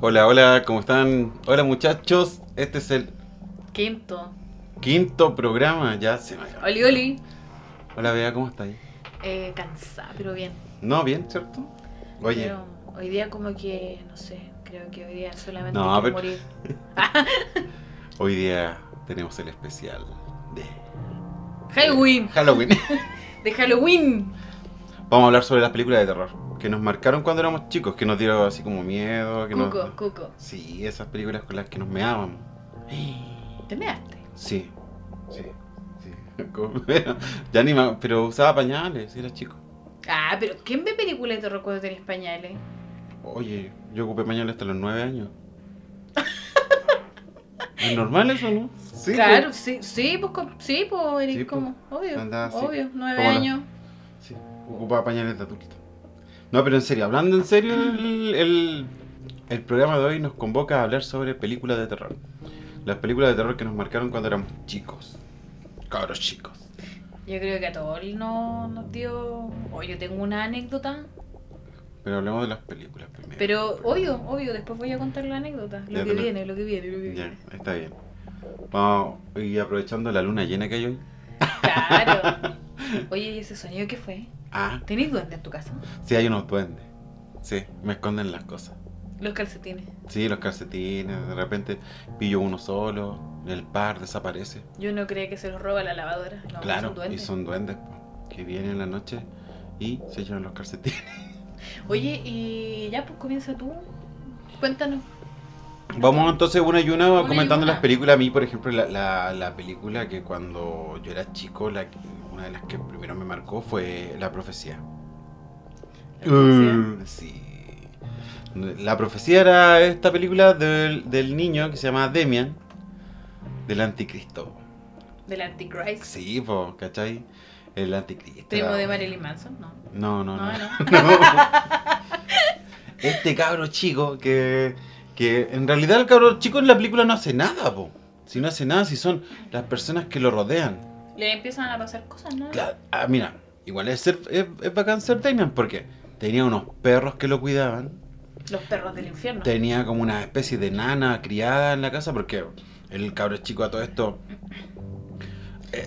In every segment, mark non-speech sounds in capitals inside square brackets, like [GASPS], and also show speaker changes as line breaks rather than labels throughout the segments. Hola, hola, ¿cómo están? Hola muchachos, este es el
Quinto.
quinto programa, ya se me acabó.
Oli, oli.
Hola Bea, ¿cómo estáis?
Eh, cansada, pero bien.
No, bien, ¿cierto? Oye,
Pero hoy día como que, no sé, creo que hoy día solamente
No, pero-
quiero morir.
hoy día tenemos el especial de
Halloween.
Halloween. [LAUGHS]
De Halloween.
Vamos a hablar sobre las películas de terror que nos marcaron cuando éramos chicos, que nos dieron así como miedo, que nos-
Cuco, cuco.
Sí, esas películas con las que nos meábamos.
¿Te measte?
Sí, sí, [LAUGHS] sí. Como- [LAUGHS] ya ni me- pero usaba pañales, era chico.
Ah, pero ¿quién ve películas de terror cuando tenés pañales?
Oye, yo ocupé pañales hasta los nueve años. [LAUGHS] ¿Es normal eso, no? Sí.
claro, sí, sí, pues, com- sí, pues, eres
pues. Sí, pues.
como, obvio,
Andaba así.
obvio, nueve
Como la-
años.
pues. Sí, ocupaba pañales de adulto. No, pero en serio, hablando en serio, el, el- el programa de hoy nos convoca a hablar sobre películas de terror. Las películas de terror que nos marcaron cuando éramos chicos. Cabros chicos.
Yo creo que a todos no, nos dio, o yo tengo una anécdota,
Pero hablemos de las películas primero.
pero obvio, obvio, después voy a contar la anécdota, lo
Ya,
que
dale.
viene, lo que viene, lo que
Ya,
viene.
está bien. Vamos, y aprovechando la luna llena que hay hoy. [LAUGHS]
Claro. Oye, ¿y ese sonido qué fue?
Ah,
¿Tenés duende en tu casa?
sí, hay unos duendes. Sí, me esconden las cosas.
Los calcetines.
Sí, los calcetines, de repente pillo uno solo, el par desaparece.
Yo no creía que se los roba la lavadora. No,
claro,
son duendes.
y son duendes po, que vienen en la noche y se llevan los calcetines. [LAUGHS]
Oye, y ya pues comienza tú. Cuéntanos.
Vamos entonces una y una,
Una y
comentando
una.
las películas. A mí, por ejemplo, la, la- la película que cuando yo era chico, la, que- una de las que primero me marcó fue La Profecía.
Profecía.
Uh, sí. La Profecía era esta película del, del niño que se llama Demian, del anticristo.
Del Antichrist.
Sí, po, ¿cachai? El anticristo.
Primo
la
de
wea.
Marilyn Manson, no.
No, no,
No,
no.
no.
[LAUGHS] No. Este cabro chico que, que en realidad el cabro chico en la película no hace nada, po. Si no hace nada, si son las personas que lo rodean.
Le empiezan a pasar cosas, ¿no?
Cla- ah, mira, igual es, ser, es, es bacán ser Damian porque tenía unos perros que lo cuidaban.
Los perros del infierno.
Tenía como una especie de nana criada en la casa porque el cabro chico a todo esto...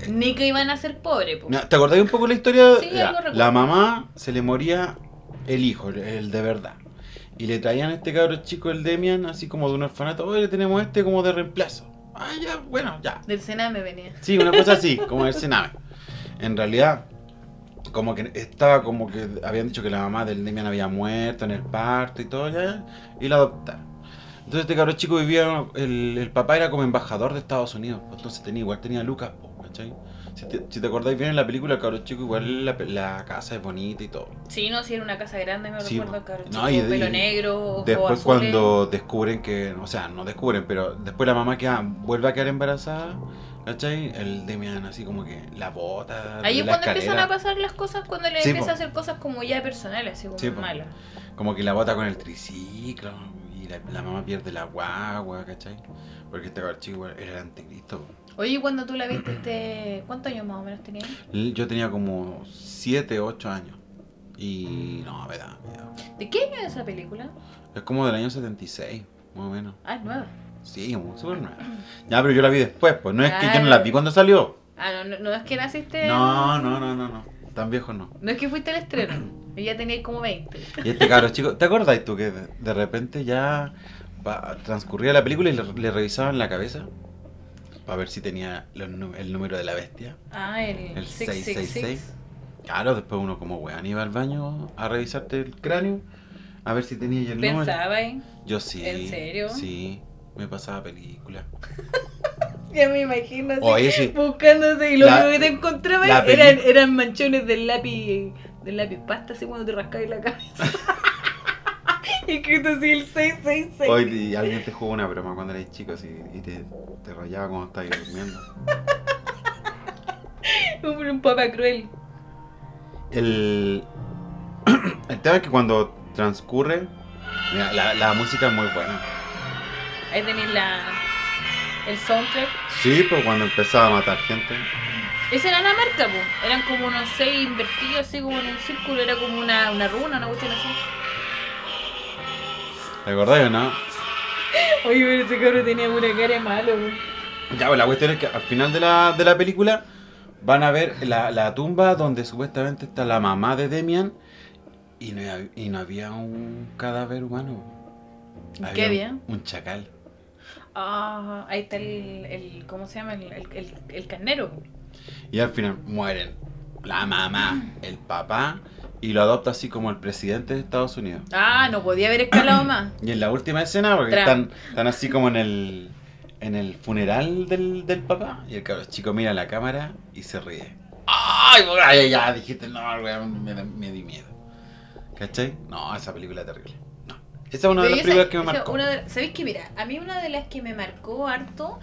Ni que iban a ser pobres, pues.
Mira, ¿Te acordás un poco la historia?
Sí,
Ya,
algo recuerdo.
la mamá se le moría el hijo, el, el de verdad. Y le traían a este cabro chico, el Demian, así como de un orfanato. Oye, tenemos a este como de reemplazo. Ah, ya, bueno, ya.
Del Sename venía.
Sí, una cosa así, como el Sename. En realidad, como que estaba como que habían dicho que la mamá del Demian había muerto en el parto y todo, ya, ya, y la adoptaron. Entonces este cabro chico vivía, el, el papá era como embajador de Estados Unidos, pues, entonces tenía, igual tenía Lucas, po, ¿cachai? Si te, si te acordáis bien en la película, el cabro chico, igual la, la casa es bonita y todo.
Sí, no, sí, era una casa grande, me
Sí,
recuerdo, cabrón.
no,
No,
y-
pelo
y
negro, ojos
Después
azules.
cuando descubren que, o sea, no descubren, pero después la mamá queda, vuelve a quedar embarazada, ¿cachai? El Demian así como que la bota. de
Ahí es
la
cuando
escalera.
empiezan a pasar las cosas, cuando le
Sí,
empieza
po.
a hacer cosas como ya personales, así como
Sí, po.
malas.
Como que la bota con el triciclo y la, la mamá pierde la guagua, ¿cachai? Porque este cabro chico era el anticristo.
Oye, cuando tú la viste, este... ¿cuántos años más o menos tenías?
L- Yo tenía como 7, 8 años. Y no, me da miedo.
¿De qué año es esa película?
Es como del año 76, más o menos.
Ah, es nueva.
Sí, como súper nueva. Ya, pero yo la vi después, pues no es que yo no
Claro.
la vi cuando salió.
Ah, no, no, no es que naciste.
No, no, no, no, no. Tan viejo no.
No es que fuiste al estreno. [CLEARS THROAT] Yo ya tenía como 20.
Y este cabro chico, ¿te acordás tú que de de repente ya pa- transcurría la película y le, le revisaban la cabeza? Para ver si tenía los nu- el número de la bestia.
Ah, el,
El
666.
Claro, después uno como weón iba al baño a revisarte el cráneo, a ver si tenía ya el número.
Pensaba, ¿eh?
Yo sí.
¿En serio?
Sí, me pasaba película.
Ya me imagino así,
Oye, sí.
buscándote y lo
La-
único que te encontraba
la peli-
eran, eran manchones del lápiz, del lápiz pasta, así cuando te rascabas la cabeza. [LAUGHS] Y Escrito así el 666.
Hoy di- alguien te jugó una broma cuando eras chico así, y te, te rayaba cuando estabas durmiendo.
Un, un papá cruel.
El, [COUGHS] el tema es que cuando transcurre, mira, la, la música es muy buena.
Ahí tenéis la, el soundtrack.
Sí, pero cuando empezaba a matar gente.
Esa era la marca, po. Eran como unos seis invertidos, así como en un círculo. Era como una, una runa, una cuestión así.
¿Te acordás o no?
Oye, pero ese cabrón tenía una cara malo, güey.
Ya, pues la cuestión es que al final de la, de la película van a ver la, la tumba donde supuestamente está la mamá de Demian y no, hab- y no había un cadáver humano.
¿Qué
un-
había?
Un chacal.
Ah, ahí está el, el- ¿Cómo se llama? El, el, el, el carnero.
Y al final mueren la mamá, el papá y lo adopta así como el presidente de Estados Unidos.
Ah, no podía haber escalado [COUGHS] más.
Y en la última escena, porque
Tra-
están, están así como en el, en el funeral del, del papá, y el cabrón chico mira la cámara y se ríe. ¡Ay, ay, ya! Dijiste, no, weón, me, me di miedo. ¿Cachai? No, esa película es terrible. No. Esa es una de
Pero
las
yo
películas
sab-
que me
o sea,
marcó.
una de- ¿Sabéis qué? Mira, a mí una de las que me marcó harto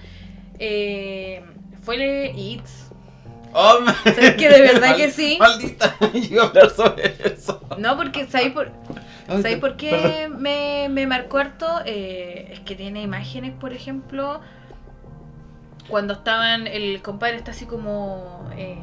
eh, fue el It.
¡Oh, man!
¿Sabéis que de verdad que sí?
¡Maldita! [LAUGHS] Yo a hablar sobre eso.
No, porque ¿sabéis por,
Ay,
¿sabéis por
perdón.
qué me, me marcó harto? Eh, es que tiene imágenes, por ejemplo, cuando estaban, el compadre está así como, eh,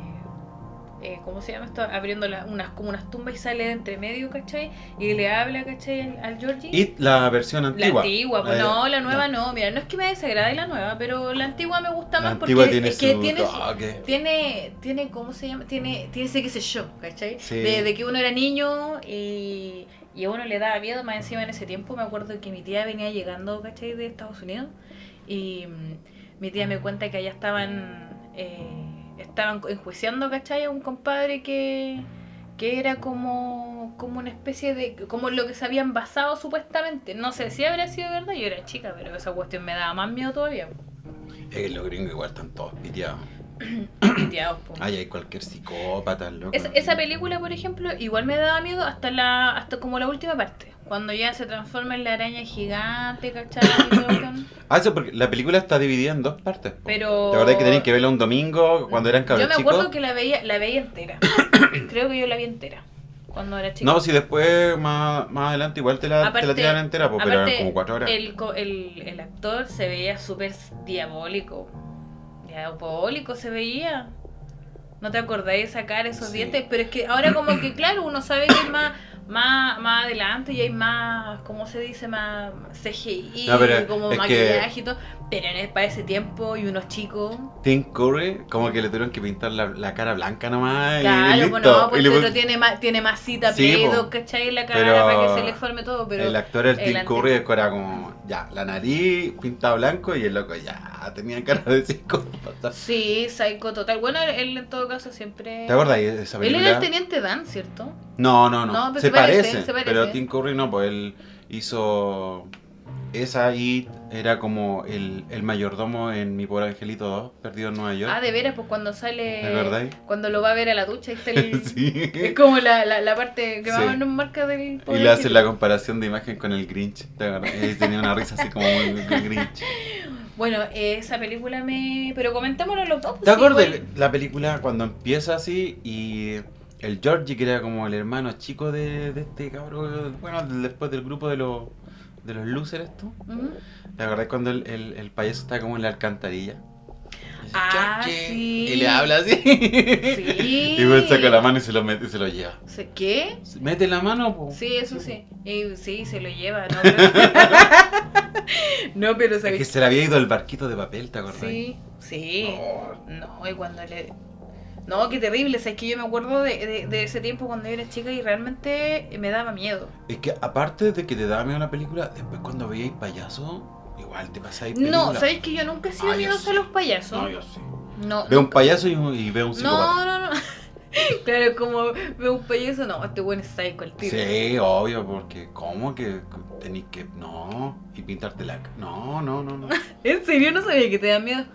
eh, ¿cómo se llama esto? Abriendo la- unas, como unas tumbas y sale de entre medio, ¿cachai? Y le habla, ¿cachai? Al, al Georgie.
Y la versión
La
antigua. Eh,
antigua, pues
de-
no, la nueva no. Mira, no es que me desagrade la nueva, pero la antigua me gusta
La
más porque
antigua tiene
es que
su
tiene, su-
toque.
tiene, tiene, ¿cómo se llama? Tiene, tiene ese qué sé yo, ¿cachai?
Sí.
De, de que uno era niño y, y a uno le daba miedo, más encima en ese tiempo me acuerdo que mi tía venía llegando, ¿cachai? De Estados Unidos y mm, mi tía me cuenta que allá estaban, eh, estaban enjuiciando, ¿cachai? A un compadre que que era como, como una especie de. como lo que se habían basado supuestamente. No sé si habrá sido verdad, yo era chica, pero esa cuestión me daba más miedo todavía.
Es que los gringos igual están todos piteados.
Piteados, po.
Ay, hay cualquier psicópata, loco.
Es- esa película, por ejemplo, igual me daba miedo hasta la hasta como la última parte. Cuando ya se transforma en la araña gigante, ¿cachai? Y todo con-
Ah, eso porque la película está dividida en dos partes.
Pero.
¿Te acordás que tenían que verla un domingo cuando eran
Yo
cabros
me acuerdo
chicos?
que la veía, la veía entera. Creo que yo la vi entera. Cuando era chica.
No, si después, más, más adelante, igual te la, te la
Aparte-
tiran entera, pues, pero eran
aparte,
como cuatro horas.
El, co- el, el actor se veía súper diabólico. Diabólico se veía. No te acordáis de sacar esos
Sí.
dientes, pero es que ahora como que claro, uno sabe que es más, más, más adelante y hay más, ¿cómo se dice? Más CGI,
No, pero
como
es que-
maquillaje y todo. Pero en el- para ese tiempo y unos chicos...
Tim Curry, como que le tuvieron que pintar la, la cara blanca nomás. y
Claro,
listo.
bueno, pues
Y le
el
pus-
otro tiene más, tiene masita,
Sí,
pedo,
po.
¿cachai? En la cara
Pero
para que se le forme todo, pero...
el actor, el,
el
Tim
anti-
Curry, era como, ya, la nariz pintada blanco y el loco ya tenía cara de psicópata.
Sí, psycho total. Bueno, él en todo caso siempre...
¿Te acordás de esa
Él
película?
era el teniente Dan, ¿cierto?
No, no, no.
No, pero
se,
se
parece,
parece, se parece.
Pero Tim Curry no, pues él hizo. Esa y era como el, el mayordomo en Mi Pobre Angelito 2, perdido en Nueva York. [LAUGHS]
Ah, de veras, pues cuando sale.
¿Te acordáis?
Cuando lo va a ver a la ducha, ahí está el.
[LAUGHS] sí.
[LAUGHS] Es como la, la, la parte que
Sí.
más nos marca del.
Y
poder
le hacen
del-
la comparación de imagen con el Grinch. ¿Te acordás? Él tenía una risa así como muy
[LAUGHS]
muy Grinch.
Bueno, eh, esa película me. Pero comentémoslo los dos. pues,
¿Te
sí,
acuerdas
igual.
la película cuando empieza así y el Georgie, que era como el hermano chico de, de este cabrón, bueno, después del grupo de los, de los losers, esto?
Ujú.
¿Te acordás cuando el, el, el payaso está como en la alcantarilla? Y dice,
Ah,
"Georgie",
sí.
Y le habla así. Sí.
Sí.
[LAUGHS] Y él saca la mano y se lo mete y se lo lleva.
¿Se- ¿Qué?
Mete la mano, po.
Sí, eso sí. Y, sí, se lo
[LAUGHS]
lleva, ¿no? Pero... no, pero
Es que
sabes.
se le había ido el barquito de papel, ¿te acordás?
Sí, sí.
Oh,
No, y cuando le... No, qué terrible, es que yo me acuerdo de, de- de ese tiempo cuando yo era chica y realmente me daba miedo.
Es que aparte de que te daba miedo la película, después cuando veíais payaso, igual te pasáis
No,
película.
¿sabéis que yo nunca he sido
Ah, yo
miedosa a
sí.
los payasos?
No, yo sí.
No,
Veo un
nunca.
payaso y, un- y veo un psicópata.
No, no, [LAUGHS] no. claro, como veo un payaso, no, este buen es psycho el tío.
Sí, obvio, porque ¿cómo que tenéis que.? No, y pintarte la. ca- No, no, no, no.
¿En serio no sabía que te da miedo?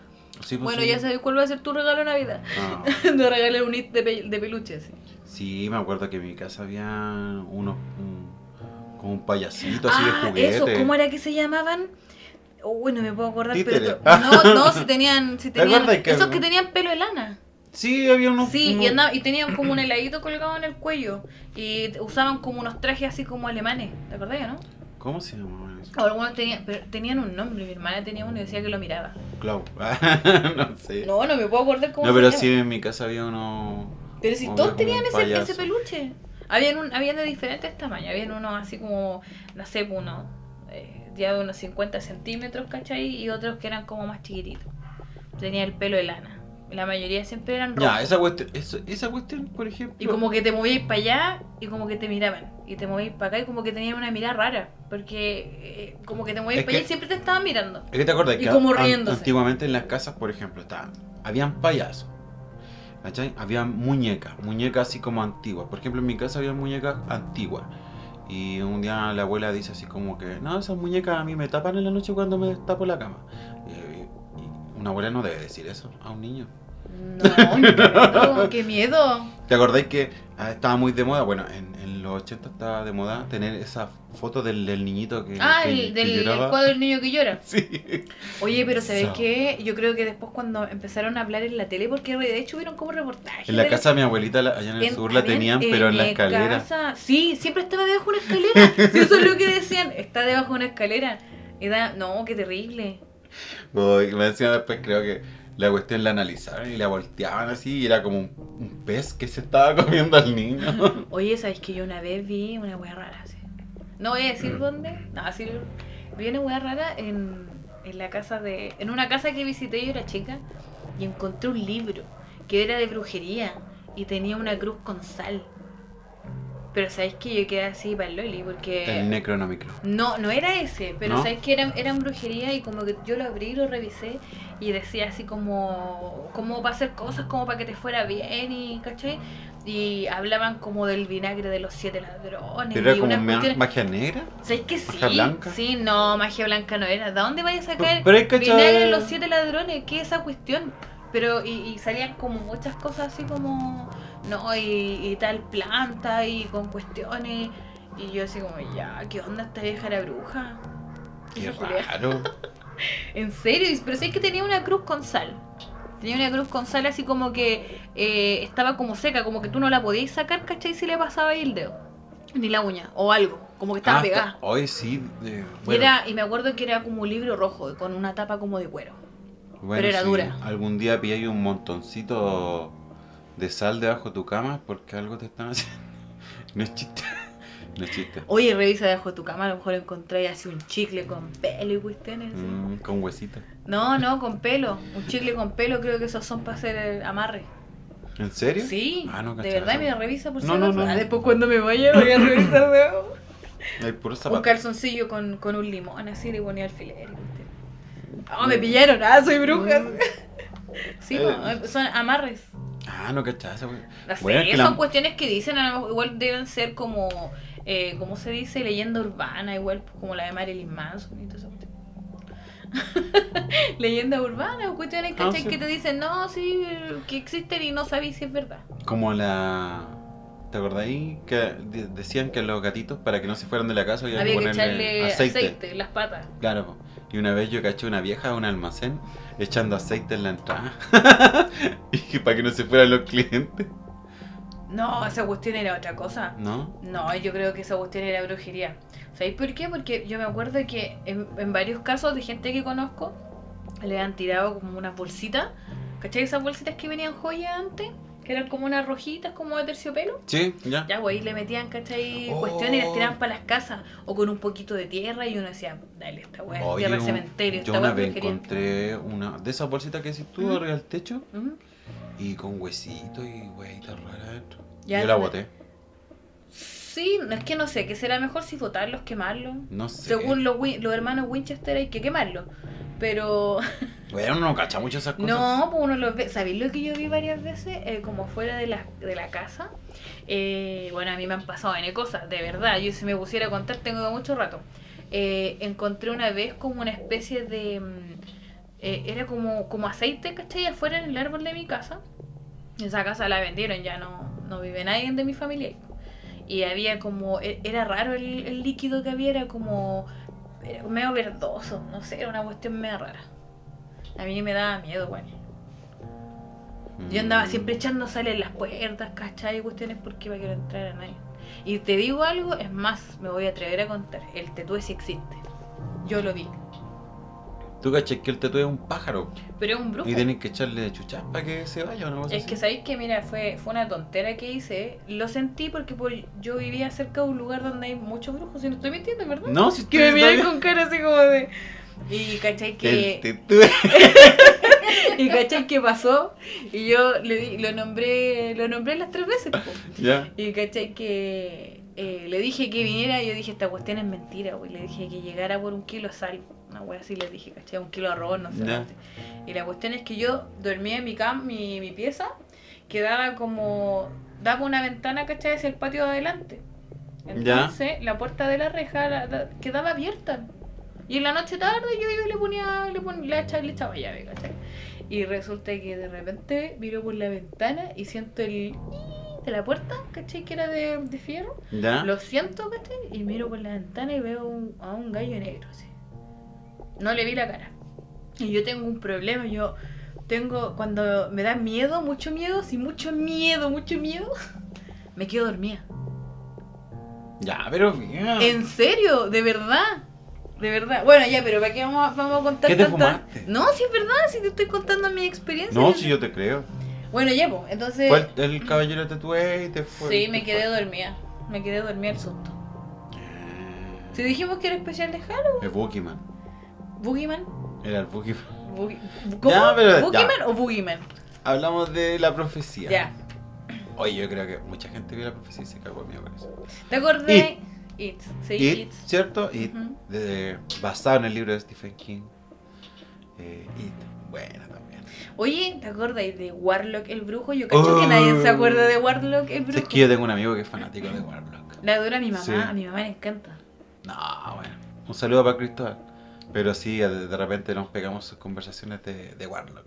Sí, pues,
bueno,
sí.
ya sabes cuál va a ser tu regalo de Navidad. [LAUGHS]
No.
Te voy a regalar un hit de, pe- de peluche, así.
Sí, me acuerdo que en mi casa había unos. un- como un payasito así de
Ah,
juguete.
Eso, ¿cómo era que se llamaban? Oh, bueno, me puedo acordar,
Títeres.
pero
[LAUGHS]
no, no, si tenían, si
¿Te
tenían,
acuerdas que-
esos que tenían pelo de lana.
Sí, había unos.
Sí,
unos-
y, andaba- y tenían como un heladito colgado en el cuello y t- usaban como unos trajes así como alemanes, ¿te acordás, no?
¿Cómo se llamaba eso?
O algunos tenían, pero tenían un nombre, mi hermana tenía uno y decía que lo miraba.
Clau. [LAUGHS] no sé.
No, no me puedo acordar cómo
No,
se
pero
llama.
sí, en mi casa había uno.
Pero si
Obvio,
todos
como
tenían
un
ese,
payaso.
ese peluche. Habían, un, habían de diferentes tamaños. Habían unos así como, no sé, unos pues eh, ya de unos 50 centímetros, ¿cachai? Y otros que eran como más chiquititos. Tenía el pelo de lana. La mayoría siempre eran rojos.
Ya, esa cuestión, eso- esa cuestión, por ejemplo.
Y como que te movíais para allá y como que te miraban. Y te movíais para acá y como que tenían una mirada rara. Porque eh, como que te movíais
Es
para
que-
allá y siempre te estaban mirando.
Es que te acordás
Y
que
como
an-
riéndose.
antiguamente en las casas, por ejemplo, estaban, habían payasos. ¿Cachai? Había muñecas, muñecas así como antiguas. Por ejemplo, en mi casa había muñecas antiguas. Y un día la abuela dice así como que, no, esas muñecas a mí me tapan en la noche cuando me destapo la cama. Y- y una abuela no debe decir eso a un niño.
No, [LAUGHS] ni tanto, qué miedo.
¿Te acordáis que ah, estaba muy de moda? Bueno, en, en los 80 estaba de moda tener esa foto del, del niñito que,
Ah,
que-
el,
que
del el
lloraba.
cuadro del niño que llora.
[LAUGHS] Sí.
Oye, pero ¿sabes
Sao.
qué? Yo creo que después cuando empezaron a hablar en la tele, porque de hecho hubieron como reportajes.
En la
de
casa de mi abuelita, la- allá en el
En-
sur, la
también
tenían, pero en la
mi
escalera.
casa- sí, siempre estaba debajo de
[LAUGHS]
una escalera. Sí, eso es lo que decían. Está debajo de una escalera. Y da- no, qué terrible.
Uy, me decían después, creo que la cuestión la analizaron y la volteaban así, y era como un, un pez que se estaba [LAUGHS] comiendo al niño.
Oye, ¿sabes que yo una vez vi una wea rara? así? No voy a decir dónde. No, así lo- vi una wea rara en, en la casa de. En una casa que visité yo era chica y encontré un libro que era de brujería y tenía una cruz con sal. Pero sabes que yo quedé así para Loli porque.
El necronomicro.
No, no era ese, pero
¿No?
sabes que era, era brujería y como que yo lo abrí, lo revisé y decía así como, como para hacer cosas, como para que te fuera bien y, ¿cachai? Y hablaban como del vinagre de los siete ladrones.
Pero era
y
como
unas
ma-
cuestiones-
magia negra.
¿Sabes que sí?
magia blanca? Pues,
Sí, no, magia blanca no era. ¿De dónde vayas a sacar
Pero hay cachado-
vinagre de los siete ladrones? ¿Qué es esa cuestión? Pero, y, y salían como muchas cosas así como, no, y, y tal planta y con cuestiones. Y yo así como, ya, ¿qué onda esta vieja era bruja?
Qué
Esa culiá.
raro.
En serio, Y- pero sé que tenía una cruz con sal. Tenía una cruz con sal así como que eh, estaba como seca, como que tú no la podías sacar, ¿cachai? Si le pasaba ahí el dedo, ni la uña, o algo, como que estaba
Ah,
pegada.
está- Hoy sí. eh,
Y
bueno,
era- y me acuerdo que era como un libro rojo, con una tapa como de cuero.
Bueno,
Pero era
si
dura.
Algún día pilláis un montoncito de sal debajo de tu cama porque algo te están haciendo. [LAUGHS] No es chiste. No es chiste.
Oye, revisa debajo de tu cama, a lo mejor encontré así un chicle con pelo y cuestiones. así.
Mm, con huesito.
No, no, con pelo. Un chicle con pelo, creo que esos son para hacer el amarre.
¿En serio?
Sí,
Ah, no,
de
cachaba
verdad,
eso.
me revisa por si
No, no,
acaso.
no,
Ah,
no.
Después cuando me vaya voy a revisar de nuevo.
Hay puro
Un
[LAUGHS] zapato.
calzoncillo con, con un limón, así le ponía alfiler. y cuestiones.
Mm.
Ah, me pillaron, ah, soy bruja. [LAUGHS] Sí,
Eh.
no, son amarres.
Ah, no cachaba esa wea.
No sé,
Bueno, es que
son
la-
cuestiones que dicen, a lo mejor igual deben ser como, eh, ¿cómo se dice? Leyenda urbana, igual pues, como la de Marilyn Manson y todo eso. [LAUGHS] Leyenda urbana, o cuestiones
Ah,
¿cachai?
sí.
que te dicen, no, sí, que existen y no sabéis si es verdad.
Como la. ¿Te acordáis? Que de- decían que los gatitos, para que no se fueran de la casa, había,
Había
que
que
ponerle
echarle aceite.
aceite.
en las patas.
Claro, po. y una vez yo caché una vieja a un almacén echando aceite en la entrada. [LAUGHS] y para que no se fueran los clientes,
No, esa cuestión era otra cosa.
¿no?
No, yo creo que esa cuestión era brujería. ¿Sabéis por qué? Porque yo me acuerdo que en, en varios casos de gente que conozco le han tirado como unas bolsitas. ¿Cachai? Esas bolsitas que venían joyas antes, que eran como unas rojitas, como de terciopelo.
Sí, ya.
Ya, güey, le metían, ¿cachai?
Oh.
Cuestiones y las tiraban para las casas o con un poquito de tierra y uno decía, dale, esta weá, es
Oye,
tierra de
un-
cementerio,
Yo
esta
una
weá
vez
es brujería.
encontré una de esas bolsitas que decís tú
Ujú.
arriba del techo
Ujú.
y con huesitos y hueitas raras adentro.
Ya,
yo la
no-
boté.
Sí, no, es que no sé, que será mejor si botarlos, quemarlos.
No sé.
Según los, Win- los hermanos Winchester hay que quemarlos. Pero
Bueno, no cacha mucho esas cosas.
No, pues uno los ve. ¿Sabéis lo que yo vi varias veces? Eh, como fuera de la, de la casa. Eh, bueno, a mí me han pasado N cosas, de verdad. Yo si me pusiera a contar, tengo mucho rato. Eh, encontré una vez como una especie de. mm, eh, era como, como aceite, ¿cachai? Afuera en el árbol de mi casa. Esa casa la vendieron, ya no, no vive nadie de mi familia. ahí. Y había como. e- Era raro el, el líquido que había, era como. Era medio verdoso, no sé, era una cuestión medio rara. A mí me daba miedo, bueno. Yo
Mm.
andaba siempre echando sal en las puertas, ¿cachai? Cuestiones porque iba a querer entrar a nadie. Y te digo algo, es más, me voy a atrever a contar. El tetué sí existe. Yo lo vi.
Tú cachas que el tatuaje es un pájaro.
Pero es un brujo.
Y tenés que echarle chuchas para que se vaya o no.
Es que sabéis que, mira, fue, fue una tontera que hice. Lo sentí porque por- yo vivía cerca de un lugar donde hay muchos brujos. Si no estoy mintiendo, ¿verdad?
No, si
Que me miran con cara así como de. Y cachai
El
que.
tatuaje.
[LAUGHS] Y cachai que pasó. Y yo le di- lo nombré. Lo nombré las tres veces. po.
[LAUGHS] Ya.
Y cachai que. eh, le dije que viniera y yo dije, esta cuestión es mentira, güey. Le dije que llegara por un kilo de sal. Una wea así le dije, cachai, un kilo de arroz, no sé.
Ya.
Y la cuestión es que yo dormía en mi cam, mi, mi pieza, que daba como. daba una ventana, cachai, hacia el patio de adelante.
Ya.
Entonces, la puerta de la reja la- la- quedaba abierta. Y en la noche tarde yo, yo le ponía, le ponía, le echaba, le echaba llave, ¿cachai? Y resulta que de repente miro por la ventana y siento el "ii" de la puerta, ¿cachai? Que era de, de fierro.
Ya.
Lo siento, ¿cachai? Y miro por la ventana y veo un- a un gallo
Mm.
negro, así. No le vi la cara. Y yo tengo un problema, yo tengo, cuando me da miedo, mucho miedo, sí, mucho miedo, mucho miedo, [LAUGHS] me quedo dormida.
Ya, pero mira.
¿En serio? ¿De verdad? De verdad. Bueno, ya, pero ¿para qué vamos a, vamos a contar
¿Qué te
tantas-
fumaste?
No, sí es verdad, sí te estoy contando mi experiencia.
No, si yo te creo.
Bueno, ya, pues, entonces...
Fue el, el caballero de tatué y te fue.
Sí,
te
me quedé
fue.
dormida. Me quedé dormida el susto. Si dijimos que era especial de Halloween,
Es Boogeyman.
Boogeyman.
Era el Boogeyman.
Boogie- ¿Cómo?
Ya, pero ya.
¿Boogeyman o Boogeyman?
Hablamos de la profecía.
Ya.
Oye, yo creo que mucha gente vio la profecía y se cagó mío con eso.
¿Te acordé? It. Sí,
It,
It.
¿cierto? It,
Ujú.
de- basado en el libro de Stephen King. Eh, It, buena también.
Oye, ¿te acordáis de Warlock el brujo? Yo cacho que
Oh.
nadie se acuerda de Warlock el brujo.
Es que yo tengo un amigo que es fanático de Warlock.
La dura mi mamá,
Sí.
a mi mamá le encanta.
No, bueno. Un saludo para Cristóbal. Pero sí, de, de repente nos pegamos sus conversaciones de, de Warlock.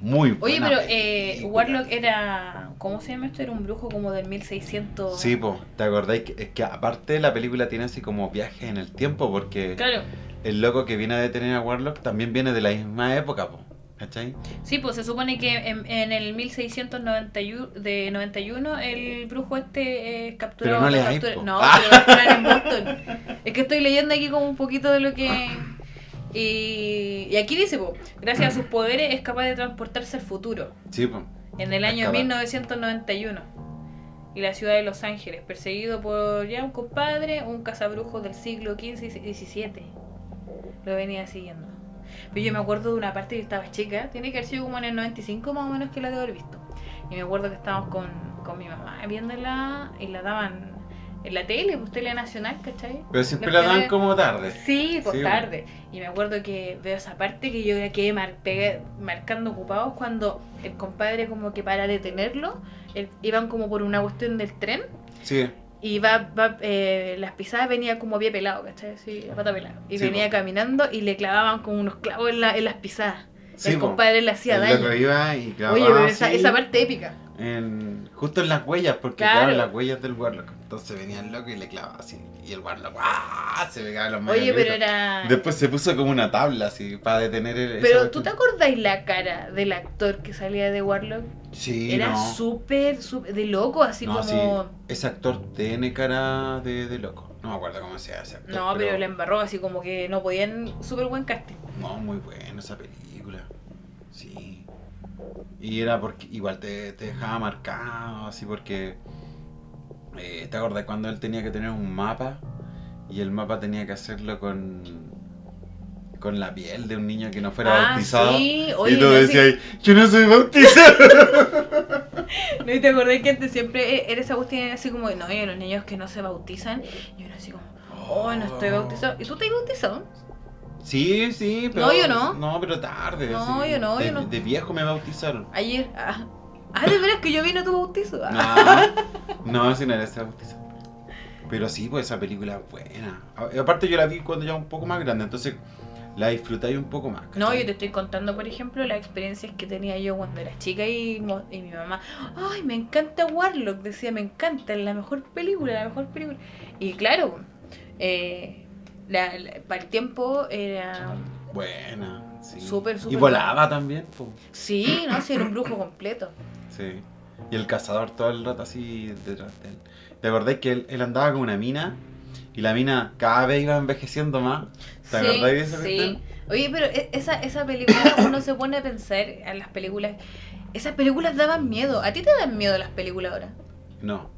Muy
Oye,
buena
pero eh,
película.
Warlock era. ¿Cómo se llama esto? Era un brujo como del 1600.
Sí, po, ¿te acordáis? Que, es que aparte la película tiene así como viajes en el tiempo, porque
Claro.
el loco que viene a detener a Warlock también viene de la misma época, po, ¿cachai?
Sí, pues se supone que en, en el 1691 de 91 el brujo este eh, capturó.
Pero no le hay,
captura-
po.
No,
Ah.
se lo capturan en Boston. Es que estoy leyendo aquí como un poquito de lo que. Y, y aquí dice, po, gracias a sus poderes es capaz de transportarse al futuro.
Sí, po.
en el año
Acaba.
1991 y la ciudad de Los Ángeles, perseguido por ya un compadre, un cazabrujo del siglo XV y XVII. Lo venía siguiendo. Pero yo me acuerdo de una parte, yo estaba chica, tiene que haber sido como en el 95 más o menos que la de haber visto. Y me acuerdo que estábamos con, con mi mamá viéndola y la daban en la tele, pues tele nacional, ¿cachai?
Pero siempre
Del
la dan
tele-
como tarde.
Sí, por
Sí, bueno.
tarde. Y me acuerdo que veo esa parte que yo la quedé mar- pega- marcando ocupados cuando el compadre como que para detenerlo, él- iban como por una cuestión del tren
Sí,
y va, va, eh, las pisadas venía como pie pelado, ¿cachai? Así, la pata pelada. Y
Sí,
venía
po.
caminando y le clavaban como unos clavos en, la- en las pisadas.
sí,
el
po.
compadre le hacía
El
daño.
loco iba y clavaba
Oye, pero esa,
así
esa parte épica.
en- justo en las huellas, porque
Claro.
claro. las huellas del Warlock. Entonces venía el loco y le clavaba así. Y el Warlock ¡ah! se pegaba los
Oye,
mayores
pero era...
Después se puso como una tabla así para detener el.
Pero tú te acordáis la cara del actor que salía de Warlock?
Sí,
Era
no.
súper, súper de loco, así
No,
como...
sí, ese actor tiene cara de, de loco. No me acuerdo cómo se ese actor.
No, pero, la embarró así como que no podían súper buen casting.
No, muy buena esa película. Sí. Y era porque igual te, te dejaba marcado, así porque... eh, ¿Te acordás cuando él tenía que tener un mapa? Y el mapa tenía que hacerlo con... Con la piel de un niño que no fuera
ah,
bautizado.
sí, oye,
y tú
no, sé-
decías, yo no soy bautizado.
no, y te acordás que antes siempre e- era esa cuestión así como, no, y los niños que no se bautizan, y uno así como, [LAUGHS] oh, no estoy bautizado. ¿Y tú te has bautizado?
Sí, sí, pero...
No, yo no.
No, pero tarde.
No,
así.
yo no,
De-
yo no.
De viejo me bautizaron.
Ayer, ah, ah, de veras que yo vine a tu bautizo. Ah. [LAUGHS]
No, no, si no era esa justicia. Pero sí, pues esa película es buena. A- Aparte yo la vi cuando ya un poco más grande, entonces la disfrutáis un poco más. ¿cachai?
No, yo te estoy contando, por ejemplo, las experiencias que tenía yo cuando era chica y, mo- y mi mamá, ay, me encanta Warlock, decía, me encanta, es la mejor película, la mejor película. Y claro, eh, la- la- para el tiempo era...
Buena, sí.
Súper, súper
Y volaba también, po.
Sí, no, sí, era un brujo completo.
Sí. Y el cazador todo el rato así detrás de él. ¿Te acordáis que él, él andaba con una mina Y la mina cada vez iba envejeciendo más. ¿Te
Sí,
acordás de ese
sí.
cuestión?
Oye, pero e- esa, esa película, uno se pone a pensar en las películas. Esas películas daban miedo. ¿A ti te dan miedo las películas ahora?
No.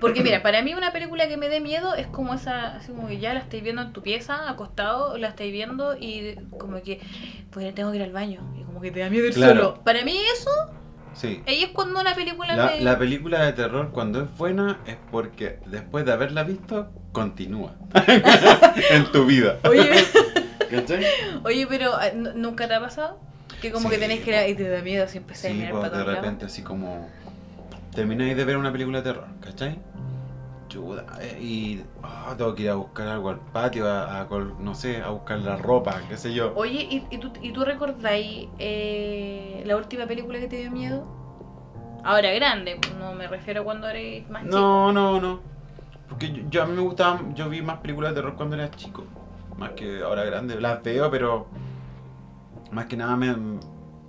Porque mira, para mí una película que me dé miedo es como esa, así como que ya la estáis viendo en tu pieza, acostado, la estáis viendo y como que, pues tengo que ir al baño. Y como que te da miedo ir
Claro.
solo. Para mí eso,
Sí.
ahí es cuando una película
La,
me...
la película de terror cuando es buena es porque después de haberla visto,
[LAUGHS]
continúa [LAUGHS] en tu vida. [LAUGHS]
Oye,
¿Cachai?
oye, pero ah, ¿nu- ¿nunca te ha pasado? Que como
Sí.
que tenés que ir a- y te da miedo así empezar a
Sí,
mirar
pues,
para
de
todos lados.
repente así como termináis de ver una película de terror, ¿cachai? Chuda, eh, y ah, tengo que ir a buscar algo al patio, a, a col- no sé, a buscar la ropa, qué sé yo.
Oye, ¿y, y tú, y tú recordáis eh, la última película que te dio miedo? Ahora grande, no me refiero a cuando eres más chico.
No, no, no. Porque yo, yo- a mí me gustaba, yo vi más películas de terror cuando era chico, más que ahora grande. Las veo, pero más que nada me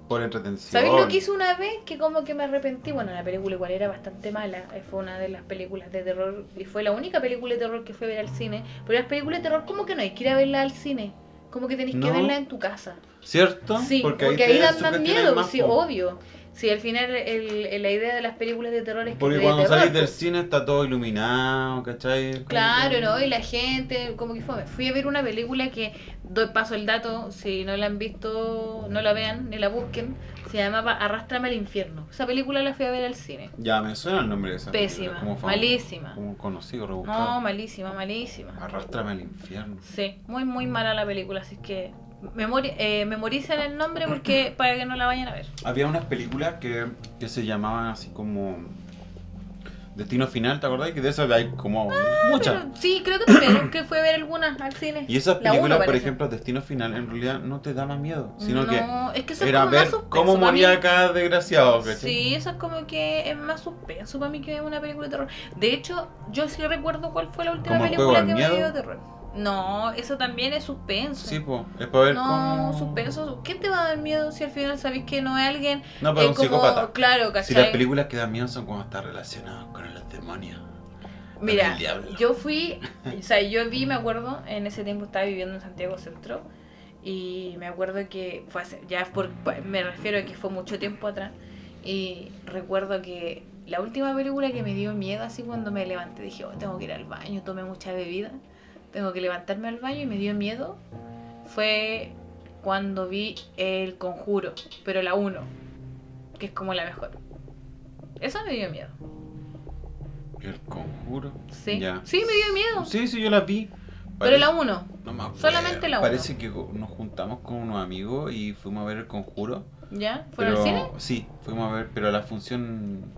por entretención.
¿Sabéis lo que hice una vez? Que como que me arrepentí. Bueno, la película igual era bastante mala. eh, Fue una de las películas de terror. Y fue la única película de terror que fui a ver al cine. Pero las películas de terror como que no hay que ir a verlas al cine. Como que tenéis que
No.
verla en tu casa.
¿Cierto?
Sí, porque, ahí,
te
dan más
sugestionas
miedo.
más,
sí,
po.
obvio. Sí, al final el- el- la idea de las películas de terror es que
Porque
te dé
cuando
terror,
salís del
po.
cine está todo iluminado, ¿cachai? Como
Claro,
que-
¿no? Y la gente, como que fue. Fui a ver una película que, doy paso el dato, si no la han visto, no la vean, ni la busquen. Se llamaba Arrástrame al infierno. Esa película la fui a ver al cine.
Ya me suena el nombre de esa
Pésima,
película, como fam-
malísima.
Como conocido,
No,
rebuscado.
malísima, malísima.
Arrástrame al infierno.
Sí, muy, muy mala la película, así que memori eh, memoricen el nombre
[CLEARS THROAT]
porque para que no la vayan a ver.
Había unas películas que, que se llamaban así como Destino Final, ¿te acordás? Que de esas hay como
Ah,
muchas.
Pero sí, creo que también, que fue a ver algunas al cine.
Y esas
La uno,
películas, por
parece.
ejemplo, Destino Final, en realidad no te daban miedo, sino
no,
que
es que eso es
era
como
ver
más suspenso,
cómo
para mí.
moría cada desgraciado, ¿cachai?
Sí, eso es como que es más suspenso para mí que una película de terror. De hecho, yo sí recuerdo cuál fue la última
¿Como el juego del
película que me
miedo?
dio de terror. No, eso también es suspenso.
Sí, po, es para ver
no,
cómo...
suspenso. ¿Qué te va a dar miedo si al final sabéis que no es alguien?
No, pero
es
un psicópata.
Claro,
Si
¿cachai?
las películas que dan miedo son cuando están relacionadas con los demonios. con
Mira,
el diablo.
yo fui, o sea, yo vi, me acuerdo, en ese tiempo estaba viviendo en Santiago Centro y me acuerdo que fue hace- ya por, me refiero a que fue mucho tiempo atrás y recuerdo que la última película que me dio miedo así cuando me levanté dije, oh, tengo que ir al baño, tomé mucha bebida, tengo que levantarme al baño y me dio miedo fue cuando vi El Conjuro, pero la 1, que es como la mejor. Esa me dio miedo.
El conjuro.
Sí,
Ya. Pues,
sí me dio miedo.
Sí, sí, yo las vi.
Pero
Parece-
la 1.
no me acuerdo.
solamente la uno.
Parece que co- nos juntamos con unos amigos y fuimos a ver el conjuro.
¿Ya? ¿Fueron
pero,
al cine?
Sí, fuimos a ver, pero la función.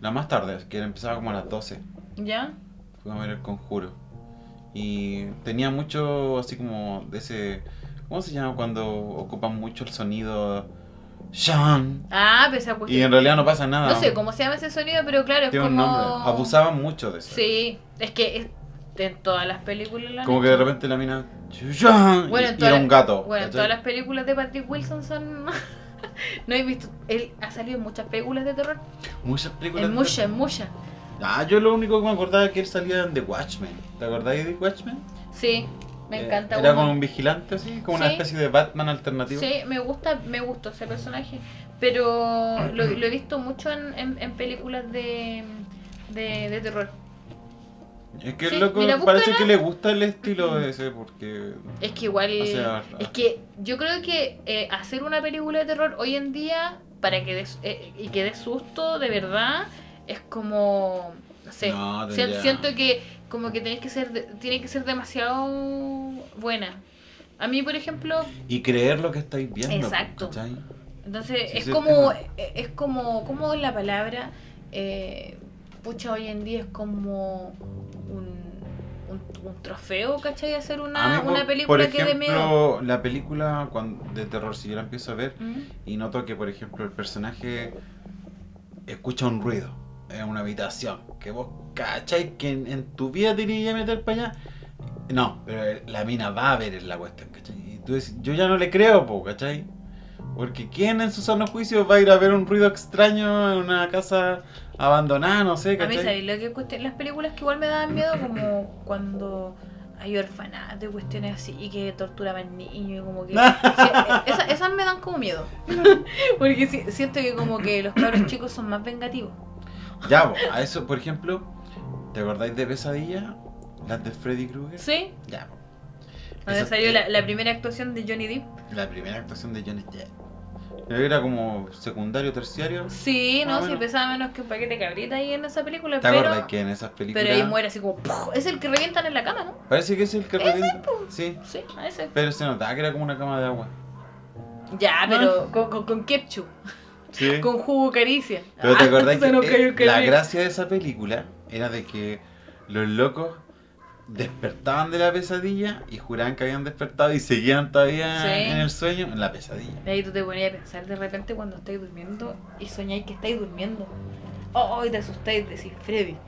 La más tarde, que empezaba como a las 12.
¿Ya?
Fuimos a ver el conjuro. Y tenía mucho así como de ese. ¿Cómo se llama cuando ocupan mucho el sonido? ¡Sean!
Ah, pero esa
Y
cuestión.
en realidad no pasa nada.
No sé cómo se llama ese sonido, pero claro, es
Tiene un
como.
nombre. Abusaban mucho de eso.
Sí, es que es- en todas las películas. lo han
Como que de
hecho.
repente la mina. "Sean",
Bueno, en
y- y era
todas las-
un gato.
Bueno,
¿cachai?
todas las películas de Patrick Wilson son. [LAUGHS] no he visto. Él ha salido en muchas películas de terror.
Muchas películas.
En
de-
muchas, en muchas.
Ah, yo lo único que me acordaba es que él salía en The Watchmen. ¿Te acordáis de The Watchmen?
Sí, me
Eh,
encanta.
Era
uno.
como un vigilante así, como una
Sí.
especie de Batman alternativo.
Sí, me gusta, me gustó ese personaje, pero lo, lo he visto mucho en, en- en películas de, de, de terror.
Es que el
Sí,
loco
mira,
parece que le gusta el estilo ese porque
Es que igual...
hace ar-
Es que yo creo que eh, hacer una película de terror hoy en día para que des- eh, y que dé susto de verdad es como no sé,
No,
si-
tendría-
siento que como que tenés que ser de- tiene que ser demasiado buena. A mí, por ejemplo,
y creer lo que estáis viendo. pues,
Exacto.
¿cachai?
entonces
Sí,
es
sí,
como
entiendo.
eh, es como cómo es la palabra Eh, pucha hoy en día es como un, un, un trofeo, ¿cachai? Hacer
A
una,
mí, por-
una película
por
que
ejemplo,
dé miedo.
la película cuando- de terror si yo la empiezo a ver
¿Mm?
y noto que por ejemplo el personaje escucha un ruido en una habitación que vos cachai que en, en tu vida te irías a meter para allá no pero la mina va a ver la cuestión ¿cachai? y tú decís, yo ya no le creo po, cachai Porque ¿quién en su sano juicio va a ir a ver un ruido extraño en una casa abandonada? No sé,
A
[LAUGHS]
mí,
¿cachai?
¿sabéis lo que cueste- Las películas que igual me daban miedo, como cuando hay orfanato y cuestiones así, y que torturaban niños,
[LAUGHS]
y como que. sí, esas, esas me dan como miedo. [LAUGHS] Porque si- siento que, como que los cabros chicos son más vengativos.
Ya, po, a eso, por ejemplo, ¿te acordáis de Pesadilla? Las de Freddy Krueger.
¿Sí?
Ya, po.
Donde
Esas-
salió la, la primera actuación de Johnny Depp.
la primera actuación de Johnny Depp. Creo que Era como secundario, terciario.
Sí,
Más
no,
o
sí,
menos.
pesaba menos que un paquete de cabrita ahí en esa película,
¿Te
pero.
acordáis que en esas películas?
Pero ahí muere así como. ¡puf! Es el que revientan en la cama, ¿no?
Parece que es el que
Ese,
revienta. Sí,
Sí, a ese.
pero se notaba que era como una cama de agua.
Ya,
Ah.
pero con, con, con ketchup, [LAUGHS]
Sí.
con jugo caricia.
Pero te acordás
Ah, [LAUGHS] Se
que
nos
eh,
cayó el
la
cariño.
gracia de esa película era de que los locos despertaban de la pesadilla y juraban que habían despertado y seguían todavía
Sí.
en el sueño, en la pesadilla.
Y ahí tú te ponías a pensar de repente cuando estáis durmiendo y soñáis que estáis durmiendo. Oh, oh, y te asustáis, decís Freddy.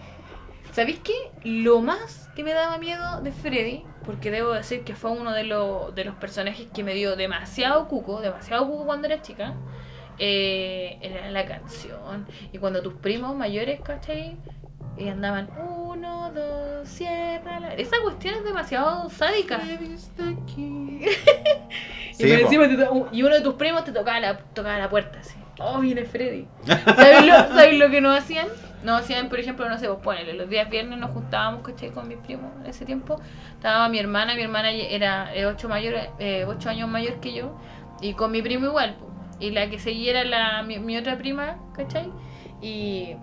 ¿Sabéis qué? Lo más que me daba miedo de Freddy, porque debo decir que fue uno de, los- de los personajes que me dio demasiado cuco, demasiado cuco cuando era chica, eh, era la canción. Y cuando tus primos mayores, ¿cachai? Y andaban, uno, dos, cierra la... Esa cuestión es demasiado sádica.
Sí,
[LAUGHS] y, por
po.
encima te to- y uno de tus primos te tocaba la, tocaba la puerta así. Oh, viene Freddy. ¿Sabes lo, sabes lo que no hacían? No hacían, por ejemplo, no sé, vos ponele, los días viernes nos juntábamos, ¿cachai? Con mis primos en ese tiempo. Estaba mi hermana, mi hermana era 8 mayor, eh, ocho años mayor que yo. Y con mi primo igual. po. Y la que seguía era la, mi, mi otra prima, ¿cachai? Y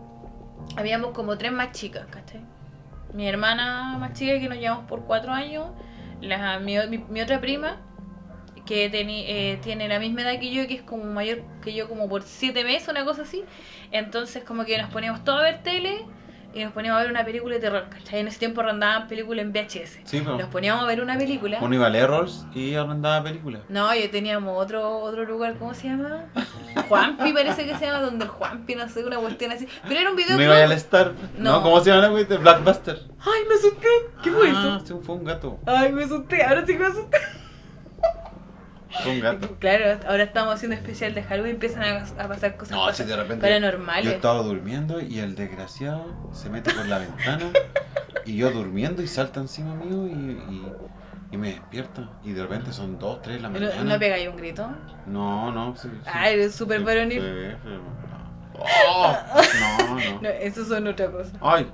habíamos como tres más chicas, ¿cachai? Mi hermana más chica que nos llevamos por cuatro años. La, mi, mi- mi otra prima que teni- eh, tiene la misma edad que yo, que es como mayor que yo como por siete meses, una cosa así. Entonces como que nos poníamos todos a ver tele y nos poníamos a ver una película de terror, ¿cachai? En ese tiempo rondaban películas en VHS.
Sí, po.
Nos poníamos a ver una película.
Uno iba a leer Rolls y arrendaba películas.
No, yo teníamos otro otro lugar, ¿cómo se llama? Juanpi parece que se llama, donde el Juanpi, no sé, una cuestión así. Pero era un video
No iba al Star. No.
No.
¿cómo se llama la güey? Blackbuster.
¡Ay, me asusté! ¿Qué fue
Ah,
eso?
sí, fue un gato.
¡Ay, me asusté! Ahora sí que me asusté.
Fue un gato.
Claro, ahora estamos haciendo especial de Halloween y empiezan a, a pasar cosas
No,
pas-
si de repente. Yo
paranormales.
estaba durmiendo y el desgraciado se mete por la ventana y yo durmiendo y salta encima mío y, y- y me despierta. Y de repente son 2, 3 de la mañana.
¿No, no pegáis un grito?
No, no, sí, sí.
¡Ay, eres súper
Sí,
varonil!
sí, sí, no. Oh, no,
No,
no.
eso son otra cosa.
Ay,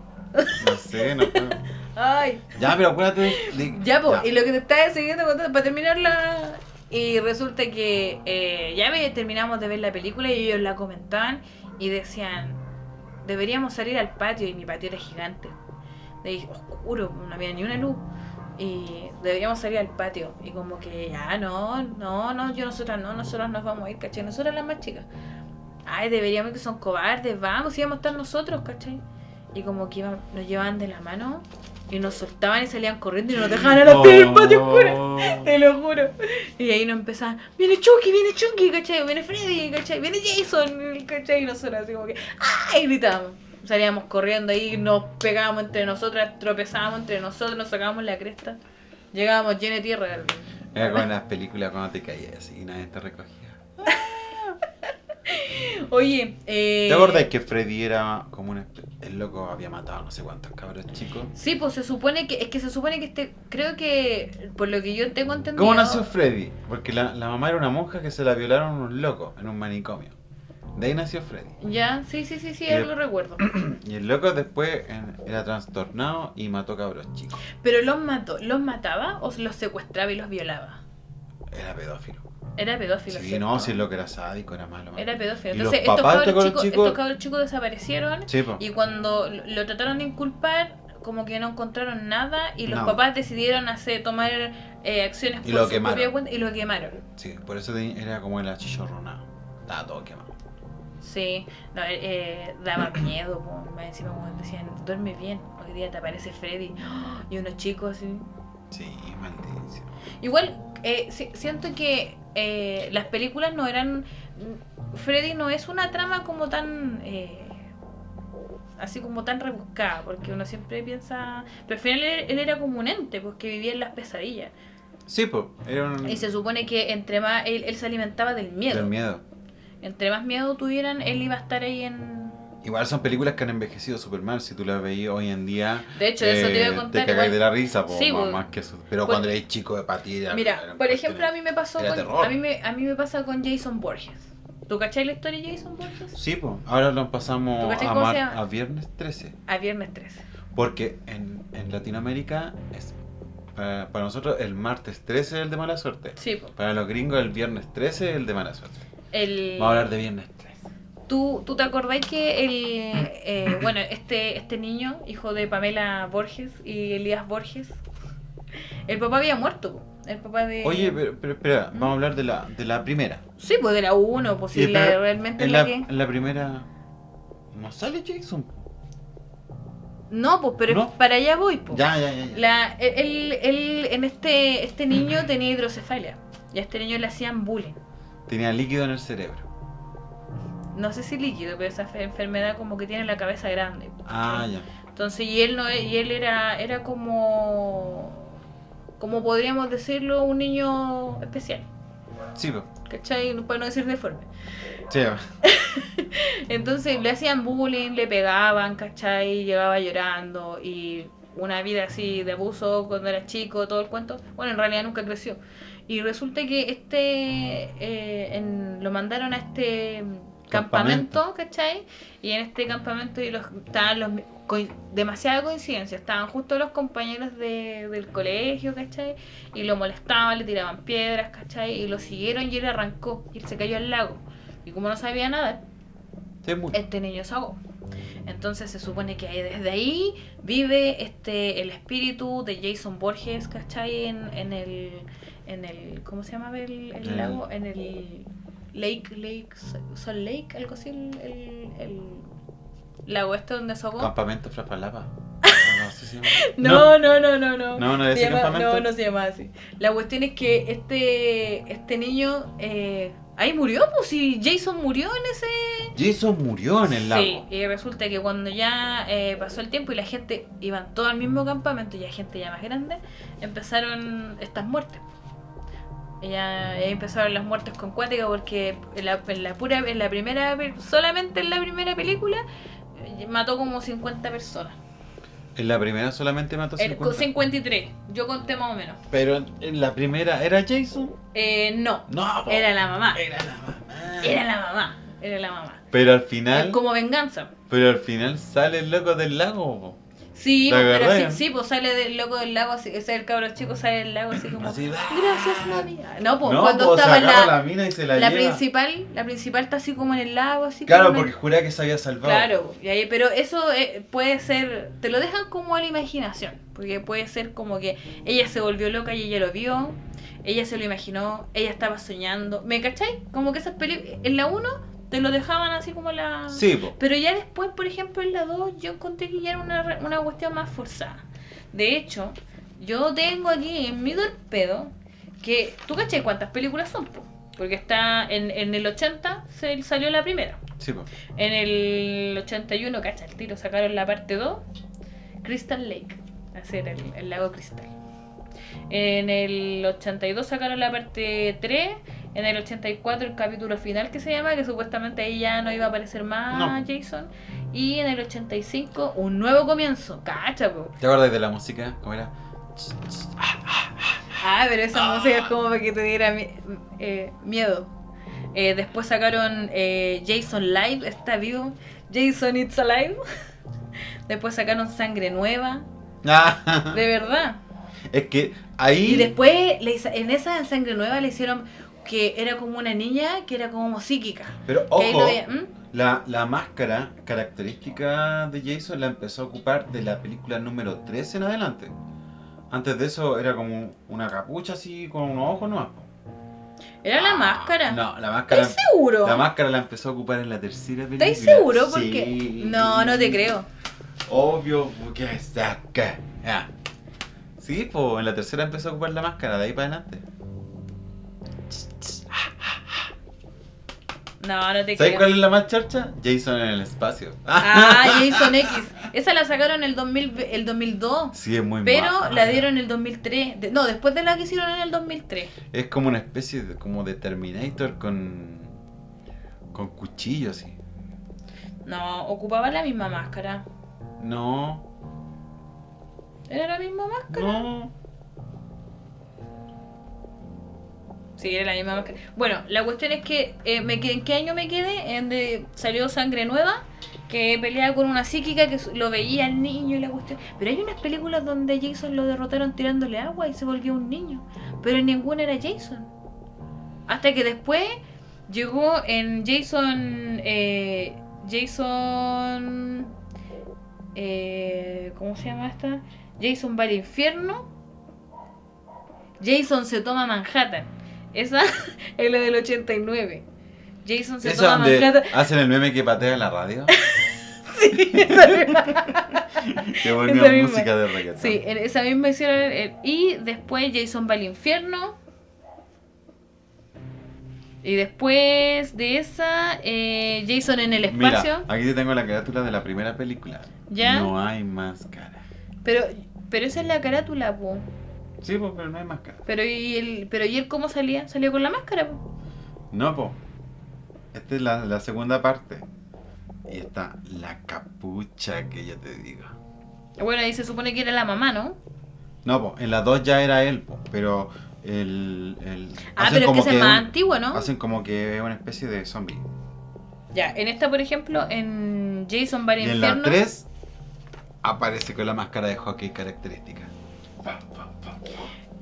no sé, no puedo.
¡Ay!
Ya, pero acuérdate de.
Ya, pues,
ya.
y lo que te estaba siguiendo contando, para terminarla. Y resulta que eh, ya ve- terminamos de ver la película y ellos la comentaban y decían: deberíamos salir al patio. Y mi patio era gigante, de oscuro, no había ni una luz. Y deberíamos salir al patio. Y como que, ya, no, no, no, yo nosotras no, nosotras nos vamos a ir, ¿cachai? Nosotras las más chicas. Ay, deberíamos que son cobardes, vamos, íbamos a estar nosotros, ¿cachai? Y como que iban- nos llevaban de la mano y nos soltaban y salían corriendo y nos dejaban a las tres en el patio oscuro. Te lo juro. Y ahí nos empezaban, viene Chucky, viene Chucky, ¿cachai? Viene Freddy, ¿cachai? Viene Jason, ¿cachai? Y nosotros así como que, ¡ay! gritábamos. Salíamos corriendo ahí, nos pegábamos entre nosotras, tropezábamos entre nosotros, nos sacábamos la cresta. Llegábamos llenos de tierra.
Era como en las películas cuando te caías así y nadie te recogía.
Oye, eh...
¿Te acordás que Freddy era como un. espe- El loco había matado no sé cuántos cabros chicos?
Sí, pues se supone que, es que se supone que este, creo que, por lo que yo tengo entendido...
¿Cómo nació Freddy? Porque la, la mamá era una monja que se la violaron unos locos en un manicomio. De ahí nació Freddy.
Ya, sí, sí, sí, sí,
Eh,
lo recuerdo.
Y el loco después en- era trastornado y mató cabros chicos.
Pero los mató, los mataba o los secuestraba y los violaba.
Era pedófilo.
Era pedófilo.
Sí,
¿cierto?
no, si el loco era sádico, era malo. malo.
Era pedófilo.
Y
Entonces,
los
estos
papás de
cabros,
cabros
chicos,
chicos-
estos cabros chicos desaparecieron
Sí, po.
y cuando lo- lo trataron de inculpar, como que no encontraron nada y los
No.
papás decidieron hacer, tomar eh, acciones
Y lo
su
quemaron.
propia cuenta y lo quemaron.
Sí, por eso te- era como el achillorronado. Estaba todo quemado.
Sí, no, eh, eh, daba [COUGHS] miedo, po. más encima cuando decían, duerme bien, hoy día te aparece Freddy [GASPS] y unos chicos así.
Sí, maldición.
Igual, eh, si- siento que eh, las películas no eran... Freddy no es una trama como tan... eh, así como tan rebuscada, porque uno siempre piensa... Pero al final él, él era como un ente, pues que vivía en las pesadillas.
Sí, pues, era un...
Y se supone que entre más él, él se alimentaba del miedo.
del miedo.
Entre más miedo tuvieran, él iba a estar ahí en.
Igual son películas que han envejecido súper mal, si tú las veías hoy en día...
De hecho, de eso te iba
eh,
a contar.
Te cagáis
igual.
de la risa, po,
Sí,
más,
po.
más que eso. Pero
Por-
cuando eres chico de patilla...
Mira, por ejemplo, a mí me pasó
era
con,
terror.
a mí me, a mí me pasa con Jason Borges. ¿Tú cachai la historia de Jason Borges?
Sí, pues, ahora lo pasamos
¿Tú cachai
a,
cómo
mar-
se llama?
a viernes 13.
A viernes 13.
Porque en, en Latinoamérica es... Para, para nosotros el martes 13 es el de mala suerte.
Sí, po.
Para los gringos el viernes 13 es el de mala suerte.
El,
Vamos a hablar de viernes 13.
¿Tú, tú te acordáis que el, eh,
[CLEARS THROAT]
bueno, este, este niño, hijo de Pamela Borges y Elías Borges, el papá había muerto. po. El papá de.
Oye, pero, pero espera,
¿Mm?
vamos a hablar de la, de la primera.
Sí, pues de la 1, pues
Sí,
sí, la-
pero
realmente
En
la,
la,
que.
en la primera... No sale Jason. po.
No, pues pero es-
¿No?
para allá voy, pues.
Ya, ya, ya. ya.
La, él, él- en este,
[CLEARS THROAT]
este niño tenía hidrocefalia y a este niño le hacían bullying.
Tenía líquido en el cerebro.
No sé si líquido, pero esa fe- enfermedad como que tiene la cabeza grande. po.
Ah, ya.
Entonces, y él no e- y él era, era como, como podríamos decirlo, un niño especial.
Sí, pues.
¿Cachai? No- Para no decir deforme.
Sí, po.
Entonces le hacían bullying, le pegaban, ¿cachai? Llegaba llorando y una vida así de abuso cuando era chico, todo el cuento. Bueno, en realidad nunca creció. Y resulta que este eh, en- lo mandaron a este mm,
Campamento.
campamento, ¿cachai? Y en este campamento y los, estaban los mi- coi- demasiada coincidencia, estaban justo los compañeros de- del colegio, ¿cachai? Y lo molestaban, le tiraban piedras, ¿cachai? Y lo siguieron y él arrancó y él se cayó al lago. Y como no sabía nada,
Sí, muy-
este niño es agua. Entonces se supone que ahí- desde ahí vive este el espíritu de Jason Borges, ¿cachai? En, en el, en el. ¿Cómo se llama el, el
El-
lago? En el. Lake, Lake, Salt Lake, algo así, el, el- el lago este donde es [LAUGHS] agua.
Campamento Frapalapa. Ah, No, sí, sí.
No, no, no, no, no.
No, no es
Se
ese
llama-
campamento.
no, no se llama así. La cuestión es que este, este niño eh, ahí murió, pues si Jason murió en ese
Jason murió en el
Sí,
lago.
y resulta que cuando ya eh, pasó el tiempo y la gente iban todo al mismo campamento, ya gente ya más grande, empezaron estas muertes. Y Ya ahí empezaron las muertes con cuática porque en la, en la pura, en la primera, pel- solamente en la primera película eh, mató como 50 personas. Eh,
En la primera solamente mató
El- con
50.
53, yo conté más o menos.
Pero en la primera era Jason.
Eh, no,
No, po.
era la mamá.
Era la mamá.
Era la mamá. Era la mamá.
Pero al final,
Como venganza.
pero al final sale el loco del lago. po.
Sí,
La
pues, pero
verdad,
sí, sí, pues sale del loco del lago, así, ese el cabro chico sale del lago así como
Así, ¡ah!
Gracias mami. No, pues
No,
cuando
po, se
estaba
agarra
la,
la mina y se la,
la
lleva.
principal, la principal está así como en el lago, así
Claro,
como una-
porque juraba que se había salvado.
Claro, y ahí- pero eso eh, puede ser, te lo dejan como a la imaginación, porque puede ser como que ella se volvió loca y ella lo vio, ella se lo imaginó, ella estaba soñando, ¿me cachai? Como que esas películas, en la 1 te lo dejaban así como la...
Sí, po.
Pero ya después, por ejemplo, en la 2 yo encontré que ya era una, re- una cuestión más forzada. De hecho, yo tengo aquí en mi torpedo que, ¿tú caché cuántas películas son? po? Porque está en, en el 80 se salió la primera.
Sí, po.
En el 81, cacha, el tiro, sacaron la parte 2, Crystal Lake, hacer el, el lago cristal. En el 82 sacaron la parte 3, en el 84 el capítulo final que se llama, que supuestamente ahí ya no iba a aparecer más Jason. Y en el 85 un nuevo comienzo, cacha, po.
¿Te acuerdas de la música? ¿Cómo era? Ch, ch, ah,
Ah, pero esa música es como para que te diera mi- eh, miedo. Eh, después sacaron eh, Jason Live, está vivo. Jason It's Alive. [LAUGHS] Después sacaron Sangre Nueva,
ah. [LAUGHS]
de verdad.
Es que ahí.
Y después le hice- en esa en Sangre Nueva le hicieron que era como una niña que era como psíquica.
Pero
Que ahí lo
ojo,
veía, ¿mm?
la, la máscara característica de Jason la empezó a ocupar de la película número 3 en adelante. Antes de eso era como una capucha así con unos ojos nomás. po.
Era la máscara.
No, Ah, la máscara.
¿Estás seguro?
La máscara la empezó a ocupar en la tercera película.
¿Estáis seguro?
Sí.
Porque. No, no te creo.
Obvio, porque está acá. Ah. Sí, pues en la tercera empezó a ocupar la máscara, de ahí para adelante.
No, no te
¿Sabes
creo.
cuál es la más charcha? Jason en el espacio. Ah,
Ah, Jason X. Esa la sacaron el, 2000, el 2002.
Sí, es muy
Pero
mala.
la dieron en el 2003. De- no, después de la que hicieron en el 2003.
Es como una especie de, como de Terminator con. con cuchillo así.
No, ocupaba la misma máscara.
No,
¿Era la misma máscara?
no.
Sí, era la misma máscara. Bueno, la cuestión es que eh, me quedé- ¿en qué año me quedé? En de, salió Sangre Nueva, que peleaba con una psíquica que su- lo veía el niño y la cuestión. Pero hay unas películas donde Jason lo derrotaron tirándole agua y se volvió un niño. Pero en ninguna era Jason. Hasta que después llegó en Jason. eh, Jason. eh, ¿Cómo se llama esta? Jason va al infierno. Jason se toma Manhattan. Esa [LAUGHS] es la del 89. Jason se
¿Esa
toma
donde
Manhattan. [LAUGHS]
hacen el meme que patea en la radio?
Sí, esa misma.
Que volvió
Esa misma.
música de reggaetón.
Sí, en esa misma hicieron. el- el- y después Jason va al infierno. Y después de esa, eh, Jason en el
Mira,
espacio.
aquí te tengo la carátula de la primera película.
Ya.
No hay máscara.
Pero pero esa es la carátula, po.
Sí, po, pero no hay máscara.
Pero ¿y él, pero ¿y él cómo salía? Salió con la máscara, po.
No, po. Esta es la, la segunda parte. Y está la capucha que yo te digo.
Bueno, ahí se supone que era la mamá, ¿no?
No, po. En la 2 ya era él, po. Pero el. el
Ah, pero es que esa es
un-
más antigua, ¿no?
Hacen como que es una especie de zombie.
Ya, en esta, por ejemplo, en Jason va al
Y en la
infierno.
3 aparece con la máscara de hockey característica.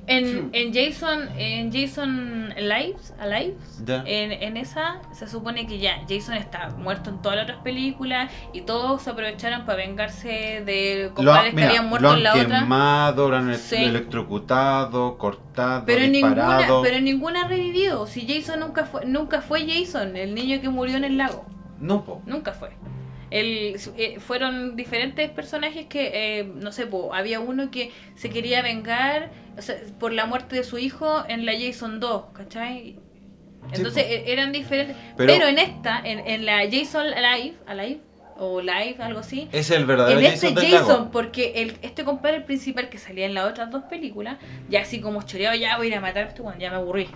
En, en Jason, en Jason Lives, Alives,
Ya.
en, en esa se supone que ya Jason está muerto en todas las otras películas y todos se aprovecharon para vengarse de
Lo,
compadres
mira,
que habían
lo
muerto
han
en la otra.
quemado, lo han
Sí.
electrocutado, cortado,
Pero en ninguna,
disparado.
pero en ninguna ha revivido. Si Jason nunca fue, nunca fue Jason, el niño que murió en el lago.
No, po.
Nunca fue. El, eh, fueron diferentes personajes que, eh, no sé, po, había uno que se quería vengar o sea, por la muerte de su hijo en la Jason 2, ¿cachai? Entonces
po.
eh, eran diferentes.
Pero-
Pero, en esta, en, en la Jason Alive, Alive, o Live, algo así,
Es el verdadero
en este
Jason del lago.
Jason, porque el, este compadre el principal que salía en las otras dos películas, ya así como choreado, ya voy a ir a matar a este weón, ya me aburrí.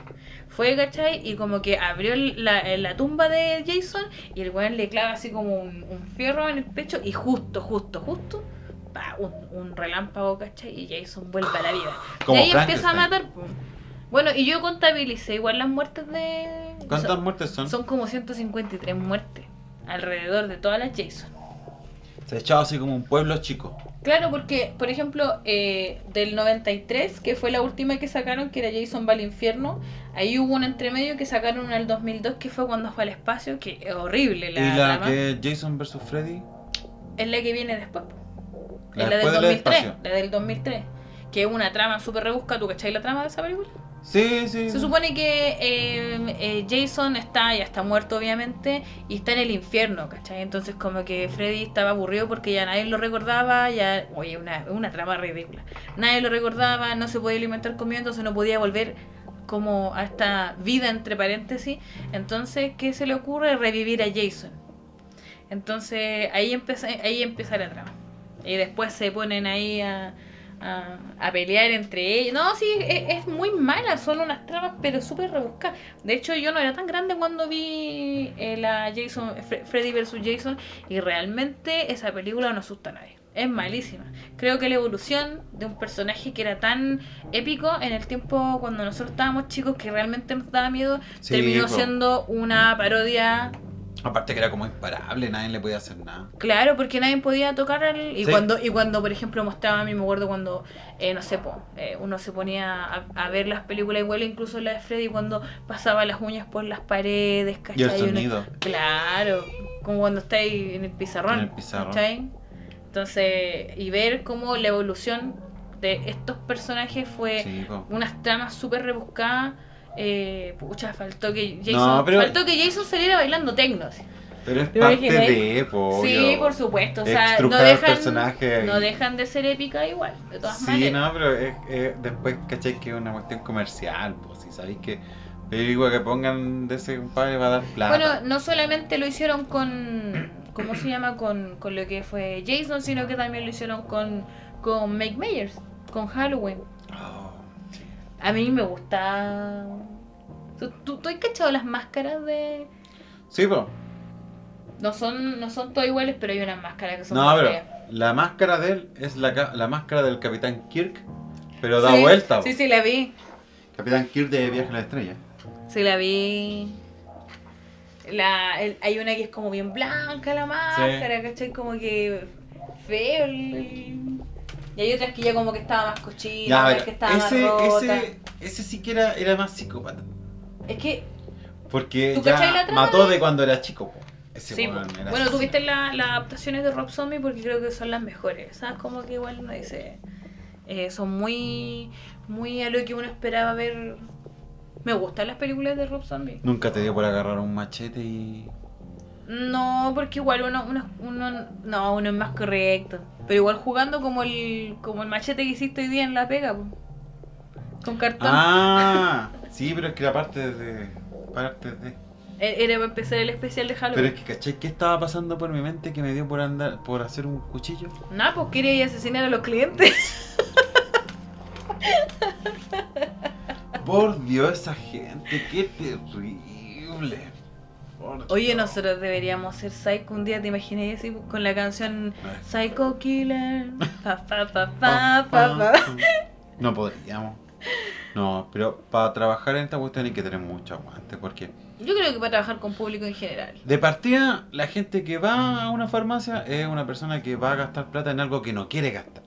Fue, ¿cachai? Y como que abrió el- la, eh, la tumba de Jason y el weón le clava así como un, un fierro en el pecho y justo, justo, justo, pa, un, un relámpago, ¿cachai? Y Jason vuelve a la vida.
Como
y ahí empieza a
Frankenstein.
matar. po. Bueno, y yo contabilicé igual las muertes de...
¿Cuántas
son,
muertes son?
son como 153 muertes alrededor de todas las Jason.
Se ha echado así como un pueblo chico.
Claro, porque, por ejemplo, eh, del 93, que fue la última que sacaron, que era Jason va al infierno, ahí hubo un entremedio que sacaron en el 2002, que fue cuando fue al espacio, que es horrible la,
¿Y la
trama.
que Jason vs Freddy?
Es la que viene después, po.
La
es la del
después del
2003,
espacio.
la del 2003, que es una trama súper rebusca, ¿tú cachai la trama de esa película?
Sí, sí.
Se supone que eh, eh, Jason está, ya está muerto obviamente, y está en el infierno, ¿cachai? Entonces como que Freddy estaba aburrido porque ya nadie lo recordaba, ya... Oye, una, una trama ridícula. Nadie lo recordaba, no se podía alimentar comida, entonces no podía volver como a esta vida entre paréntesis. Entonces, ¿qué se le ocurre? Revivir a Jason. Entonces ahí empieza, ahí empieza la trama. Y después se ponen ahí a, a, a pelear entre ellos. No, sí, e, es, es muy mala, son unas tramas, pero súper rebuscadas. De hecho, yo no era tan grande cuando vi eh, la Jason, Fre- Freddy vs. Jason y realmente esa película no asusta a nadie. Es malísima. Creo que la evolución de un personaje que era tan épico en el tiempo cuando nosotros estábamos chicos que realmente nos daba miedo,
Sí,
terminó
po.
siendo una parodia
Aparte que era como imparable, nadie le podía hacer nada.
Claro, porque nadie podía tocar al... Y,
Sí.
cuando, y cuando, por ejemplo, mostraba, a mí me acuerdo cuando, eh, no sé, po, eh, uno se ponía a, a ver las películas igual, incluso la de Freddy, cuando pasaba las uñas por las paredes,
Y
¿cachai?
el
Uno-
sonido.
claro, como cuando estáis en el pizarrón,
En el pizarrón.
¿cachai? Entonces, y ver cómo la evolución de estos personajes fue
Sí, po.
unas tramas súper rebuscadas. Eh, pucha, faltó que Jason,
No, pero-
faltó que Jason saliera bailando tecno. así.
Pero es
Pero es
parte
que
de, po.
Sí,
obvio.
por supuesto. O sea, no
Extrujar
dejan,
personajes.
no dejan de ser épica igual, de todas
Sí,
maneras.
no, pero es- es- después, ¿cachai? Que es una cuestión comercial, pues si sabéis que película que pongan de ese compadre va a dar plata.
Bueno, no solamente lo hicieron con, ¿cómo se llama? Con, con lo que fue Jason, sino que también lo hicieron con, con Mike Myers, con Halloween.
Oh,
A mí me gusta... ¿Tú, tú, tú has cachado las máscaras de...?
Sí, po.
No son, no son todas iguales, pero hay unas máscaras que son
No,
más
pero
feas.
la máscara de él es la, ca- la máscara del Capitán Kirk, pero da
Sí,
vuelta. po.
Sí, sí, la vi.
Capitán Kirk de Viaje a la Estrella.
Sí, la vi. La, el- hay una que es como bien blanca la máscara, ¿cachai? Como que feo. el- Y hay otras que ya como que estaba más cochina,
Ya,
otras
pero
que estaba
ese,
más rota.
ese, ese sí que era, era más psicópata.
Es que,
Porque
¿Tú cachai la
ya
trama
mató de cuando era chico. po. Ese
sí,
weón
po.
era
bueno,
asesino.
tú viste la- las adaptaciones de Rob Zombie porque creo que son las mejores. ¿Sabes? Como que igual uno dice. eh, son muy, muy a lo que uno esperaba ver. Me gustan las películas de Rob Zombie.
Nunca te dio por agarrar un machete y.
No, porque igual uno, uno, uno- no, uno es más correcto. Pero igual jugando como el, como el machete que hiciste hoy día en la pega, po. con cartón.
Ah,
[LAUGHS]
sí, pero es que la parte de. Parte de.
E- Era para empezar el especial de Halloween.
Pero es que, ¿cachai? ¿Qué estaba pasando por mi mente que me dio por andar, por hacer un cuchillo?
Nah, pues quería ir a asesinar a los clientes. [LAUGHS]
Por Dios, esa gente, qué terrible. Por
Oye,
Dios.
nosotros deberíamos ser Psycho un día, ¿te imaginas? Así, con la canción
No es-
Psycho Killer. Pa, pa, pa, pa, pa, pa.
No podríamos. No, pero para trabajar en esta cuestión hay que tener mucho aguante, porque
Yo creo que para trabajar con público en general.
de partida la gente que va a una farmacia es una persona que va a gastar plata en algo que no quiere gastar.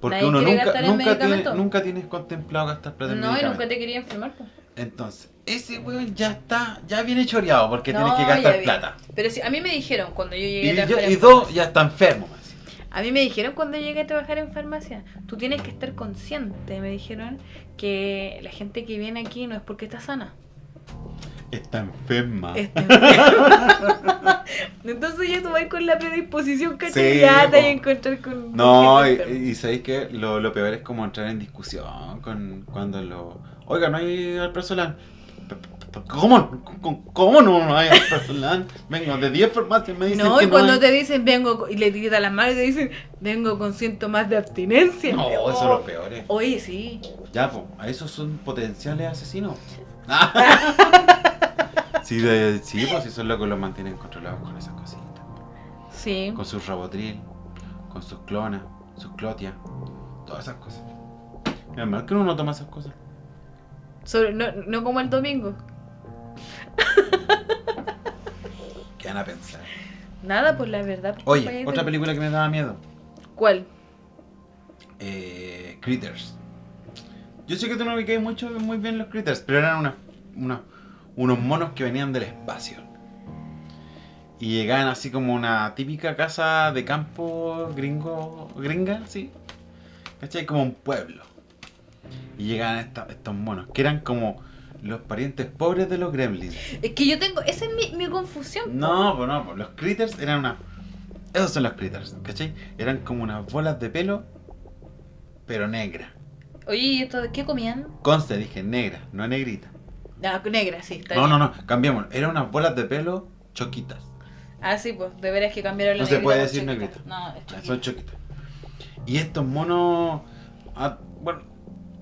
Porque
Nadie
uno
quiere
nunca,
gastar en
nunca, tiene,
medicamento.
nunca tienes contemplado gastar plata en
No, y
medicamento.
nunca te quería enfermar. po.
Entonces, ese weón ya está, ya viene choreado porque
No,
tienes que
ya
gastar
vi.
plata.
Pero sí, a mí me dijeron cuando yo llegué
Y,
a
yo-
trabajar
y
en
dos, ya está enfermo. más.
A mí me dijeron cuando llegué a trabajar en farmacia, tú tienes que estar consciente, me dijeron que la gente que viene aquí no es porque está sana.
Está enferma.
está enferma. [LAUGHS] Entonces ya tú vas con la predisposición
Sí,
cachillata y
po.
encontrar con...
No,
con
y,
gente enferma.
y sabéis que lo, lo peor es como entrar en discusión con cuando lo. Oiga, no hay alprazolam. P- p- p- ¿Cómo, c- ¿Cómo no no hay alprazolam? [LAUGHS] Vengo de 10 farmacias me dicen
No,
que
y cuando
no hay.
te dicen, vengo, con- y le tiras las manos y te dicen, vengo con síntomas de abstinencia.
No, eso es lo peor. eh.
Oye, sí.
Ya, po, a esos son potenciales
[LAUGHS]
asesinos. sí, de- sí, pues esos locos los mantienen controlados con esas cositas.
Sí.
Con sus robotril, con sus clonas, sus clotias, todas esas cosas. Es mal que uno no toma esas cosas.
Sobre- no, no como el domingo.
¿Qué van a pensar?
Nada, pues la verdad. pues,
Oye,
compañero.
otra película que me daba miedo.
¿Cuál?
Eh, critters. Yo sé que tú no ubicáis mucho, muy bien los Critters, pero eran unas- unas- unos monos que venían del espacio. Y llegaban así como una típica casa de campo gringo, gringa, sí. ¿Cachai? Como un pueblo. Y llegaban esta- estos monos, que eran como los parientes pobres de los gremlins.
Es que yo tengo, esa es mi, mi confusión.
No, pues no, pues los critters eran una. Esos son los critters, ¿cachai? Eran como unas bolas de pelo, pero negra.
Oye, ¿y esto de qué comían?
Conste, dije negra, no negrita.
Ah, negra, sí, está
No,
bien.
no, no, cambiémoslo. Eran unas bolas de pelo choquitas.
Ah, sí, pues, de veras que cambiaron la
No se puede
por
decir
chiquita.
negrita.
No, es chiquita.
Son choquitas. Y estos monos. ah, bueno,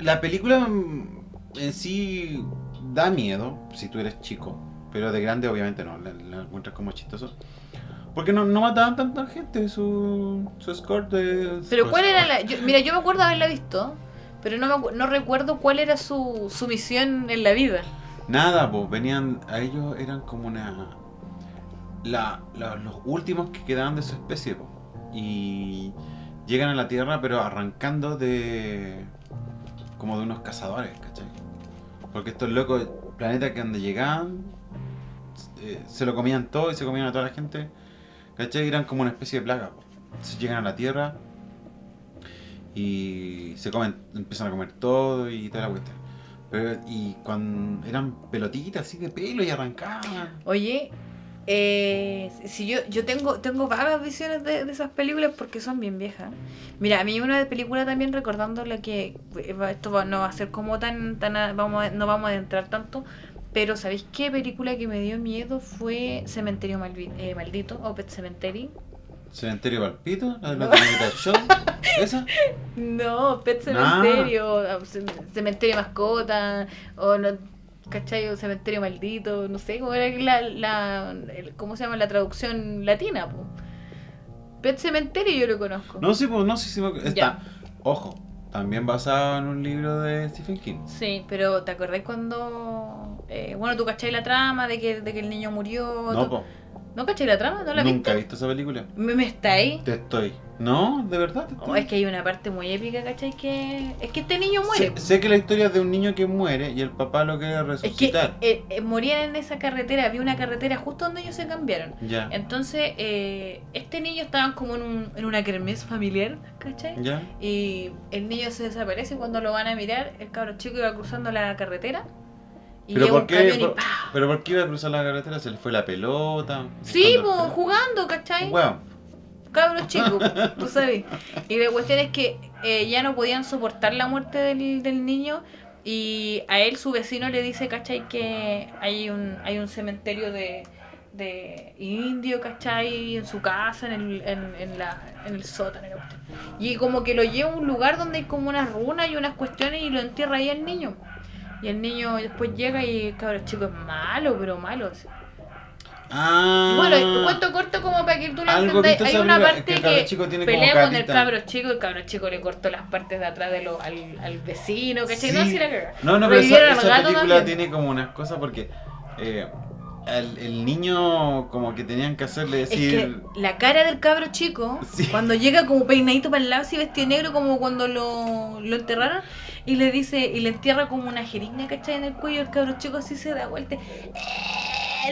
la película mm, en sí da miedo si tú eres chico, pero de grande obviamente no, la, la encuentras como chistoso. Porque no, no mataban tanta gente, su, su score de...
Pero
su
¿cuál era
score.
la...? yo- mira, yo me acuerdo haberla visto, pero no, me acu- no recuerdo cuál era su, su misión en la vida.
Nada, pues venían, a ellos eran como una... La, la- los últimos que quedaban de su especie, po. Y llegan a la Tierra, pero arrancando de... como de unos cazadores, ¿cachai? Porque estos locos, el planeta que donde llegaban, eh, se lo comían todo y se comían a toda la gente, ¿cachai? Eran como una especie de plaga, po. Entonces llegan a la Tierra y se comen, empiezan a comer todo y toda la cuestión. Pero, Eh, y cuando eran pelotitas así de pelo y arrancaban.
Oye, eh, si yo, yo tengo, tengo vagas visiones de, de esas películas porque son bien viejas. Mira, a mí una película también recordando la que eh, va- esto va- no va a ser como tan tan a- vamos a- no vamos a adentrar tanto, Pero ¿sabéis qué película que me dio miedo fue Cementerio Malvi- eh, Maldito o Pet Cemetery?
Cementerio Palpito, la de
No.
la Trinidad
[LAUGHS]
Show. ¿Esa?
No, Pet
Nah.
Cementerio, o ce- Cementerio Mascota, o no, ¿cachai? O Cementerio Maldito, no sé cómo era la, la el- ¿cómo se llama la traducción latina, po? Pet Cementerio yo lo conozco.
No, sí, pues no, sí, sí. me- Está. Ojo, también basado en un libro de Stephen King.
Sí, pero ¿te acordás cuando eh, bueno, tú cachai la trama de que, de que el niño murió?
No,
tú-
po.
¿No cachai la trama? ¿No la
Nunca he
viste?
visto esa película.
¿Me, me está ahí?
Te estoy. ¿No? ¿De verdad? Te
Oh,
estoy.
es que hay una parte muy épica, ¿cachai? Que es que este niño muere.
Sé, sé que la historia es de un niño que muere y el papá lo quiere
Es que
resucitar.
eh, eh, morían en esa carretera, había una carretera justo donde ellos se cambiaron.
Ya.
Entonces, eh, este niño estaba como en, un- en una kermés familiar, ¿cachai?
Ya.
Y el niño se desaparece y cuando lo van a mirar, el cabro chico iba cruzando la carretera. Y
¿Pero
llega
por
un
qué?
camión y
Por-
¡pah!
Pero ¿por qué iba a cruzar la carretera? ¿Se le fue la pelota?
Sí,
¿Cuándo-
po, jugando, ¿cachai?
Weón. [LAUGHS]
Cabros chicos, po, tú sabes. Y la cuestión es que eh, ya no podían soportar la muerte del, del niño y a él su vecino le dice, ¿cachai? Que hay un, hay un cementerio de, de indio, ¿cachai? En su casa, en el, en, en la, en el sótano. la cuestión. Y como que lo lleva a un lugar donde hay como unas runas y unas cuestiones y lo entierra ahí al niño. Y el niño después llega y, cabros chicos, es malo, pero malo. así.
Ah.
Bueno, cuento corto como para que tú lo
Algo
entendáis.
visto
Hay
esa
una
película, es que
parte
el cabro
que
chico tiene como
pelea con el
carita.
cabro chico y el cabro chico le cortó las partes de atrás de lo, al, al vecino, ¿cachai?
Sí.
No, así la cagada.
No, no, pero esa,
Revivieron al
esa
gato
película
también.
tiene como unas cosas porque eh, al- el, niño como que tenían que hacerle
Es
decir...
que la cara del cabro chico,
Sí.
cuando llega como peinadito para el lado, así vestido de negro, como cuando lo, lo enterraron, y le dice, y le entierra como una jeringa, ¿cachai? En el cuello, el cabro chico así se da vuelta. ¡Eh!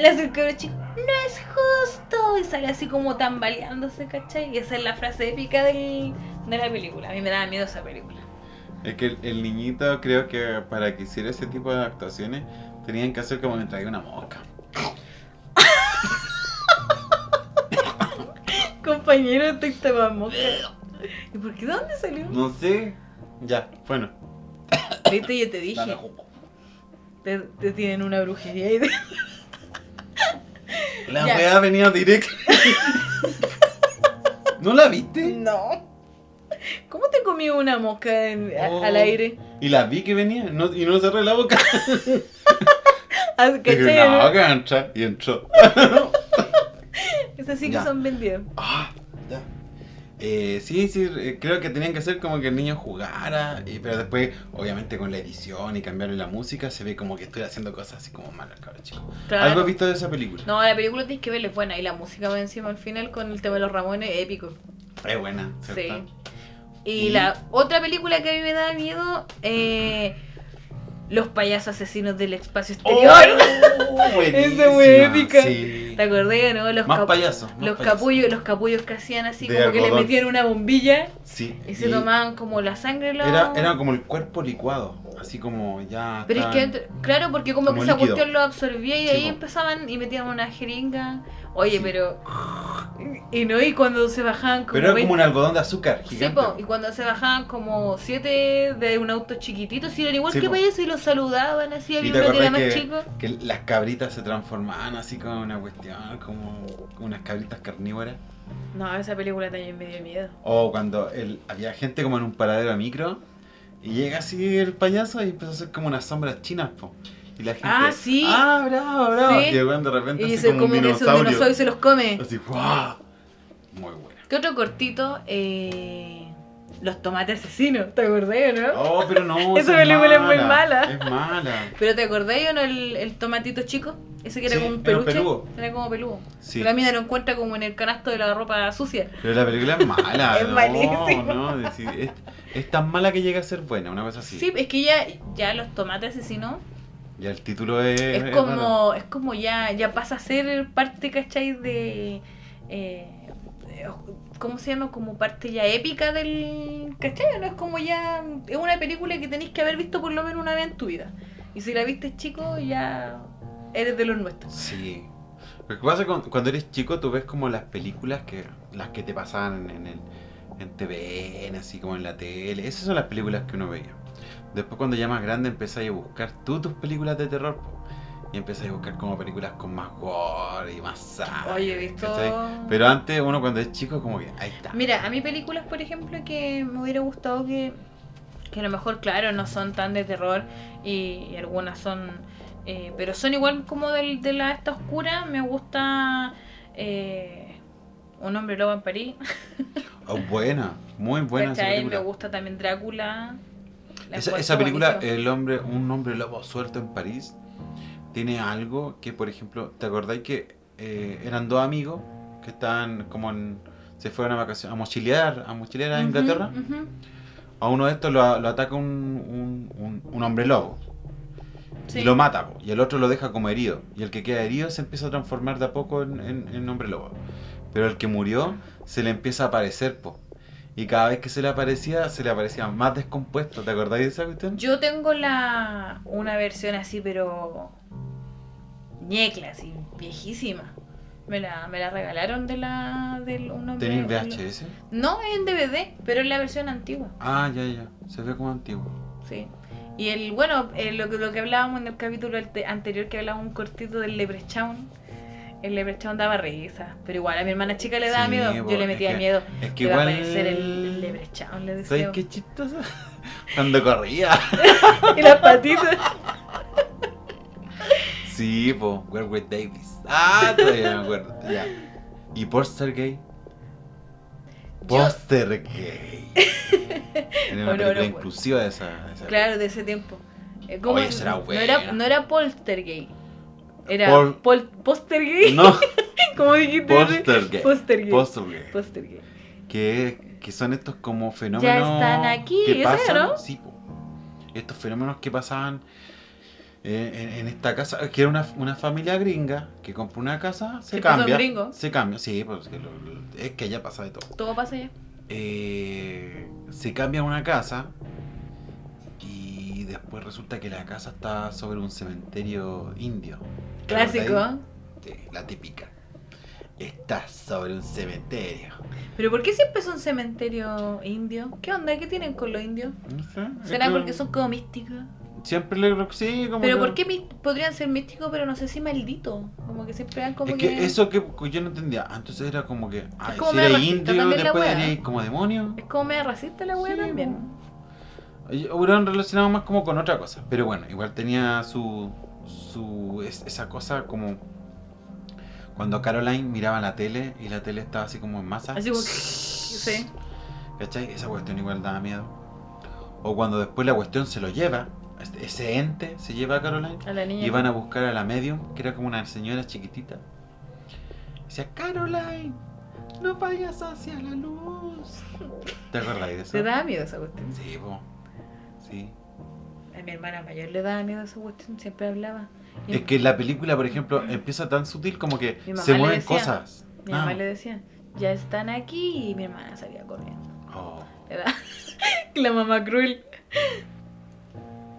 Le hace el cabro chico, no es justo. Y sale así como tambaleándose, ¿cachai? Y esa es la frase épica del, de la película. A mí me daba miedo esa película.
Es que el, el niñito creo que para que hiciera ese tipo de actuaciones tenían que hacer como que traía una mosca.
Compañero, te estabamos. ¿Y por qué? ¿De dónde salió?
No sé. Ya, bueno.
Viste, yo te dije.
Dame jugo.
Te, te tienen una brujería y te-
La
Ya.
wea venía directa. [LAUGHS] ¿No la
Mm.
viste?
No. ¿Cómo te comió una mosca en- a-
Oh.
al aire?
Y la vi que venía no- y no cerré la boca.
Ah,
[LAUGHS] Dije,
¿cachai,
no,
no?
que va a entrar. Y entró.
Esas sí que
Ya.
son vendidas.
Ah, ya. Eh, sí, sí, eh, creo que tenían que hacer como que el niño jugara, y, pero después, obviamente, con la edición y cambiarle la música, se ve como que estoy haciendo cosas así como malas, cabrón, chico. ¿Algo
Claro.
has visto de esa película?
No, la película tienes que verla, es buena. Y la música va encima al final con el tema de los Ramones, épico.
Es buena, ¿cierto?
Sí. Y,
Y-
la otra película que a mí me da miedo, eh, Los payasos asesinos del espacio exterior.
¡Oh!
Esa
buenísima,
fue épica.
sí.
¿Te acordé, no? Los,
Más
capu-
payaso. más
los
payaso.
capullos, los capullos que hacían así,
De
como que le
algodón.
metían una bombilla
Sí.
y se
y
tomaban como la sangre. los-
Era, era como el cuerpo licuado, así como ya.
Pero es que,
estaban-
entre- claro, porque como,
como
que esa
líquido.
cuestión lo absorbía
Sí,
y ahí
po.
empezaban y metían una jeringa. Oye,
Sí.
pero. Y no, y cuando se bajaban como.
Pero era
20
como un algodón de azúcar
Sí,
gigante.
po, y cuando se bajaban como siete de un auto chiquitito, si eran igual
Sí,
que
po.
payasos y los saludaban así,
¿Y
había
te
uno que era más
acordás que-
chico.
Que las cabritas se transformaban así como una cuestión, como unas cabritas carnívoras.
No, esa película también me dio miedo.
O cuando el- había gente como en un paradero de micro y llega así el payaso y empieza a hacer como unas sombras chinas, po. Y la gente.
Ah, sí.
¡Ah, bravo, bravo!
Sí.
Y el weón de repente
Y
así
se
como,
como
un
que es un
dinosaurio.
dinosaurio y se los come.
Así, ¡guau! Muy buena.
¿Qué otro cortito? Eh, los tomates asesinos, ¿te acordás o no?
Oh,
[LAUGHS]
pero no.
Esa
esa
película es muy mala.
Es mala.
Pero ¿te acordás o no el, el tomatito chico? Ese que era
Sí,
como un
era un
peluche.
peludo.
Era como peludo.
Sí.
La mina lo encuentra como en el canasto de la ropa sucia.
Pero la película es mala.
[LAUGHS] Es
no,
malísima.
No, es, decir, es- es tan mala que llega a ser buena, una cosa así.
Sí, es que ya, ya los tomates asesinos
Y el título es.
es
es raro.
como es como ya ya pasa a ser parte ¿cachai? de eh, eh, cómo se llama como parte ya épica del ¿cachai? no es como ya es una película que tenéis que haber visto por lo menos una vez en tu vida y si la viste chico ya eres de los nuestros
Sí. Lo que pasa es que cuando- cuando eres chico tú ves como las películas que las que te pasaban en el en TVN, así como en la tele. Esas son las películas que uno veía. Después cuando ya más grande empezás a buscar tú tus películas de terror. po. Y empezáis a buscar como películas con más gore y más sangre.
Oye, he visto.
¿cachai? Pero antes, uno cuando es chico, como que ahí está.
Mira, a mí películas, por ejemplo, que me hubiera gustado que, que a lo mejor, claro, no son tan de terror y, y algunas son, eh, pero son igual como del- de la esta oscura, me gusta eh, Un hombre lobo en París, [LAUGHS]
Oh, buena, muy buena esa
¿cachai?
película.
me gusta también Drácula. la
Esa,
encuentro
esa película,
buenísima.
el hombre, un hombre lobo suelto en París, tiene algo que, por ejemplo, ¿te acordáis que eh, eran dos amigos que estaban como en... Se fueron a vacaciones, a mochilear, a mochilear a
Ujú,
Inglaterra.
ujú.
A uno de estos lo, lo ataca un, un- un- un hombre lobo
Sí.
y lo mata, po, y el otro lo deja como herido. Y el que queda herido se empieza a transformar de a poco en, en- en hombre lobo. Pero el que murió se le empieza a aparecer, po. Y cada vez que se le aparecía, se le aparecía más descompuesto. ¿Te acordáis de esa cuestión?
Yo tengo la una versión así, pero ñecla, así, viejísima. Me la, me la regalaron de la del un hombre-
¿Tenéis VHS?
No, es en DVD, pero es la versión antigua,
Ah, ya, ya. Se ve como antiguo.
sí. Y el, bueno, eh, lo, que- lo que hablábamos en el capítulo ante- anterior, que hablábamos un cortito del Leprechaun, el Leprechaun daba risa, pero igual a mi hermana chica le daba
Sí,
miedo,
bo,
yo le
es
metía
que-
miedo.
Es
Que
que
iba
igual.
a aparecer el, el Leprechaun, le
¿Sabes
decía.
qué chistoso? Cuando corría.
[LAUGHS] Y las patitas.
Sí, po. Werewolf Davis. Ah, todavía me acuerdo. Ya. Y Poster Gay.
Yo-
Poster
[LAUGHS]
Gay. Era una
Bueno,
película
bueno,
inclusiva de esa. de esa-
Claro, de ese tiempo. Eh, ¿cómo?
Oye, esa era
no, era,
buena.
no era poltergay. Era
Pol-
pol- postergay.
No,
[LAUGHS] como dijiste.
Poster Gay.
Postergay.
Poster Gay.
Postergay.
que, que son estos como fenómenos
están aquí,
que
¿ese
pasan,
era, no?
sí, po. estos fenómenos que pasaban eh, en, en esta casa, que era una, una familia gringa que compró una casa, se,
Se puso
cambia,
gringo.
se cambia, sí, pues, que lo- lo- es que allá pasa de todo,
Todo pasa ya.
Eh, se cambia una casa y después resulta que la casa está sobre un cementerio indio,
Clásico.
Ahí- Sí, la típica, está sobre un cementerio.
Pero ¿por qué siempre es un cementerio indio? ¿Qué onda? ¿Qué tienen con los indios?
No sé, es
¿Será
que-
porque son como místicos?
Siempre le sí, como
Pero
que-
¿por qué mis- podrían ser místicos, pero no sé si malditos? Como que siempre dan como
Es que eso que que yo no entendía. Ah, Entonces era como que. Ah,
como
si
medio
era
racista
indio,
también la
después
wea.
era como demonio.
Es como medio racista la wea
Sí,
también.
Y Hubieran relacionado más como con otra cosa. Pero bueno, igual tenía su. su es- esa cosa como. Cuando Caroline miraba la tele y la tele estaba así como en masa.
Así como que- sí.
¿Cachai? Esa cuestión igual daba miedo. O cuando después la cuestión se lo lleva. este- Ese ente se lleva a Caroline.
A la niña.
Iban a buscar a la medium, que era como una señora chiquitita. Decía, Caroline, no vayas hacia la luz. ¿Te acordáis de eso?
Te da miedo esa cuestión.
Sí, po. Sí.
A mi hermana mayor le daba miedo esa cuestión, siempre hablaba. Y
Es que la película, por ejemplo, empieza tan sutil como que
Mi mamá
se
le
mueven
decía.
cosas.
Mi mamá
Ah.
le decía, ya están aquí, y mi hermana salía corriendo.
Oh.
Le daba- [LAUGHS] La mamá cruel.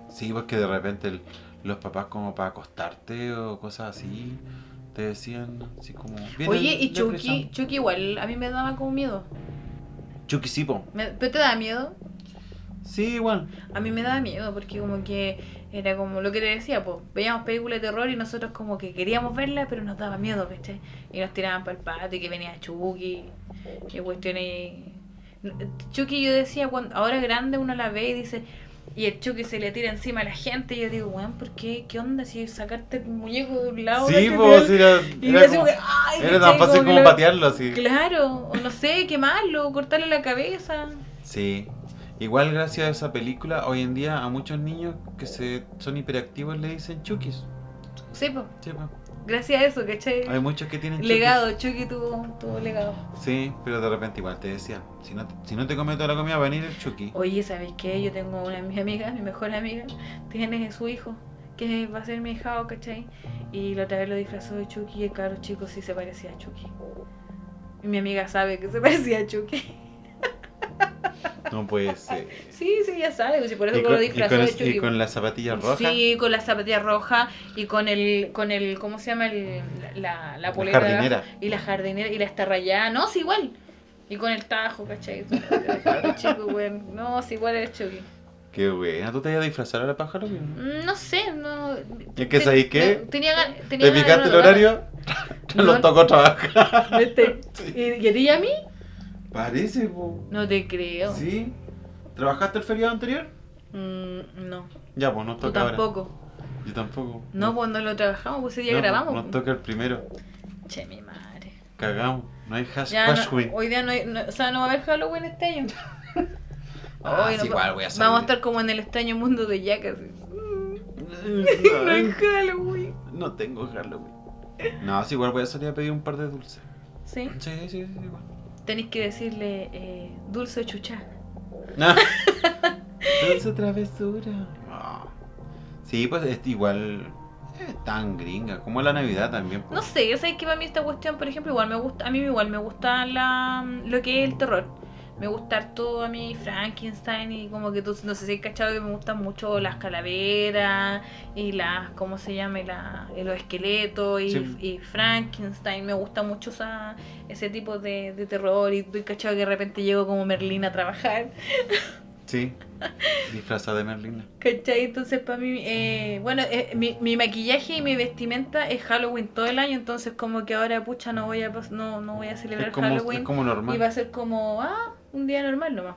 Sí, porque de repente el- los papás como para acostarte o cosas así, te decían así como... "Viene
Oye,
el
y Chucky,
Leprechaun".
Chucky igual, a mí me daba como miedo.
Chucky sí, po.
Me- ¿Pero te daba miedo?
Sí, igual.
A mí me daba miedo porque como que era como lo que te decía, pues veíamos películas de terror y nosotros como que queríamos verla, pero nos daba miedo, ¿cachai? Y nos tiraban para el patio y que venía Chucky y cuestiones... Chucky yo decía, cuando ahora grande uno la ve y dice, y el Chucky se le tira encima a la gente y yo digo, weón, ¿por qué? ¿Qué onda si sacarte el muñeco de un lado?
Sí,
¿cachai?
po, sí, era,
Y
era
yo así
como-
como que, ay,
Era
¿cachai?
tan fácil
que
como
lo-
patearlo así.
Claro, o no sé, quemarlo, cortarle la cabeza.
Sí. Igual gracias a esa película, hoy en día a muchos niños que se son hiperactivos le dicen chukis.
Sí, pues,
Sí, po.
gracias a eso, ¿cachai?
Hay muchos que tienen chukis.
Legado, Chucky tuvo, tuvo legado.
Sí, pero de repente igual te decían, si no, si no te comes toda la comida va a venir el chuki.
Oye, ¿sabes qué? Yo tengo una de mis amigas, mi mejor amiga, tiene su hijo, que va a ser mi hijado, ¿cachai? Y la otra vez lo disfrazó de Chucky y el caro chico sí se parecía a Chucky. Y mi amiga sabe que se [LAUGHS] parecía a Chucky.
No puede ser.
Sí, sí, ya sabe, pues, y por eso
y,
lo
con, y,
disfrazó
con,
de
es- y
Chucky.
con las zapatillas rojas.
Sí, con la zapatilla roja y con el, con el, ¿cómo se llama? El, la, la
La
polera. de abajo.
jardinera.
Y la jardinera, y la está rayada. No,
[LAUGHS]
es igual. Y con el tajo, ¿cachai? Cabro chico, weón. No, es igual el Chucky. Mm,
Qué buena. ¿Tú te ibas a disfrazar ahora, pájaro?
No sé, no.
¿Y es que sabéis qué?
Tenía, gan- tenía
¿Te fijaste
ganas de
el
una [LAUGHS] tocata.
horario? Nos
No.
tocó trabajar. [LAUGHS]
¿Viste? ¿Y, ¿Y a ti y a mí?
Parece, po.
No te creo.
¿Sí? ¿Trabajaste el feriado anterior?
Mm, no,
Ya, pues nos
tú
toca ahora.
tampoco.
Yo tampoco.
No, pues no lo trabajamos, pues ese día
No,
grabamos.
Nos
pues.
toca el primero.
Che, mi madre.
Cagamos. No hay hash
Ya no-
Halloween. [LAUGHS]
hoy día no, hay- no- o sea, no va a haber Halloween este año.
Ah,
Hoy
sí, igual voy a salir.
Vamos a estar como en el extraño mundo de Jack. así. No hay
Ay,
Halloween.
no tengo Halloween. No, sí, igual voy a salir a pedir un par de dulces.
Sí,
Sí, sí, sí, sí,
[LAUGHS]
igual.
tenéis que decirle eh, dulce o chucha.
No. Dulce travesura. Ah. Sí, pues es igual. Es tan gringa. Como la Navidad también. pues.
No sé, yo sé que para mí esta cuestión, por ejemplo, igual me gusta, a mí igual me gusta la, lo que es el terror. Me gusta harto a mí Frankenstein y como que tú, no sé si has cachado que me gustan mucho las calaveras y las, ¿cómo se llama? Y la- y los esqueletos y,
Sí.
y Frankenstein. Me gusta mucho esa- ese tipo de, de terror y estoy cachado que de repente llego como Merlina a trabajar.
Sí. Disfrazada de Merlina.
¿Cachai? Entonces para mí, eh, bueno, eh, mi, mi maquillaje y mi vestimenta es Halloween todo el año, entonces como que ahora, pucha, no voy a, pas- no, no voy a celebrar
Es como, es
Halloween
como normal.
y va a ser como, ah, un día normal nomás.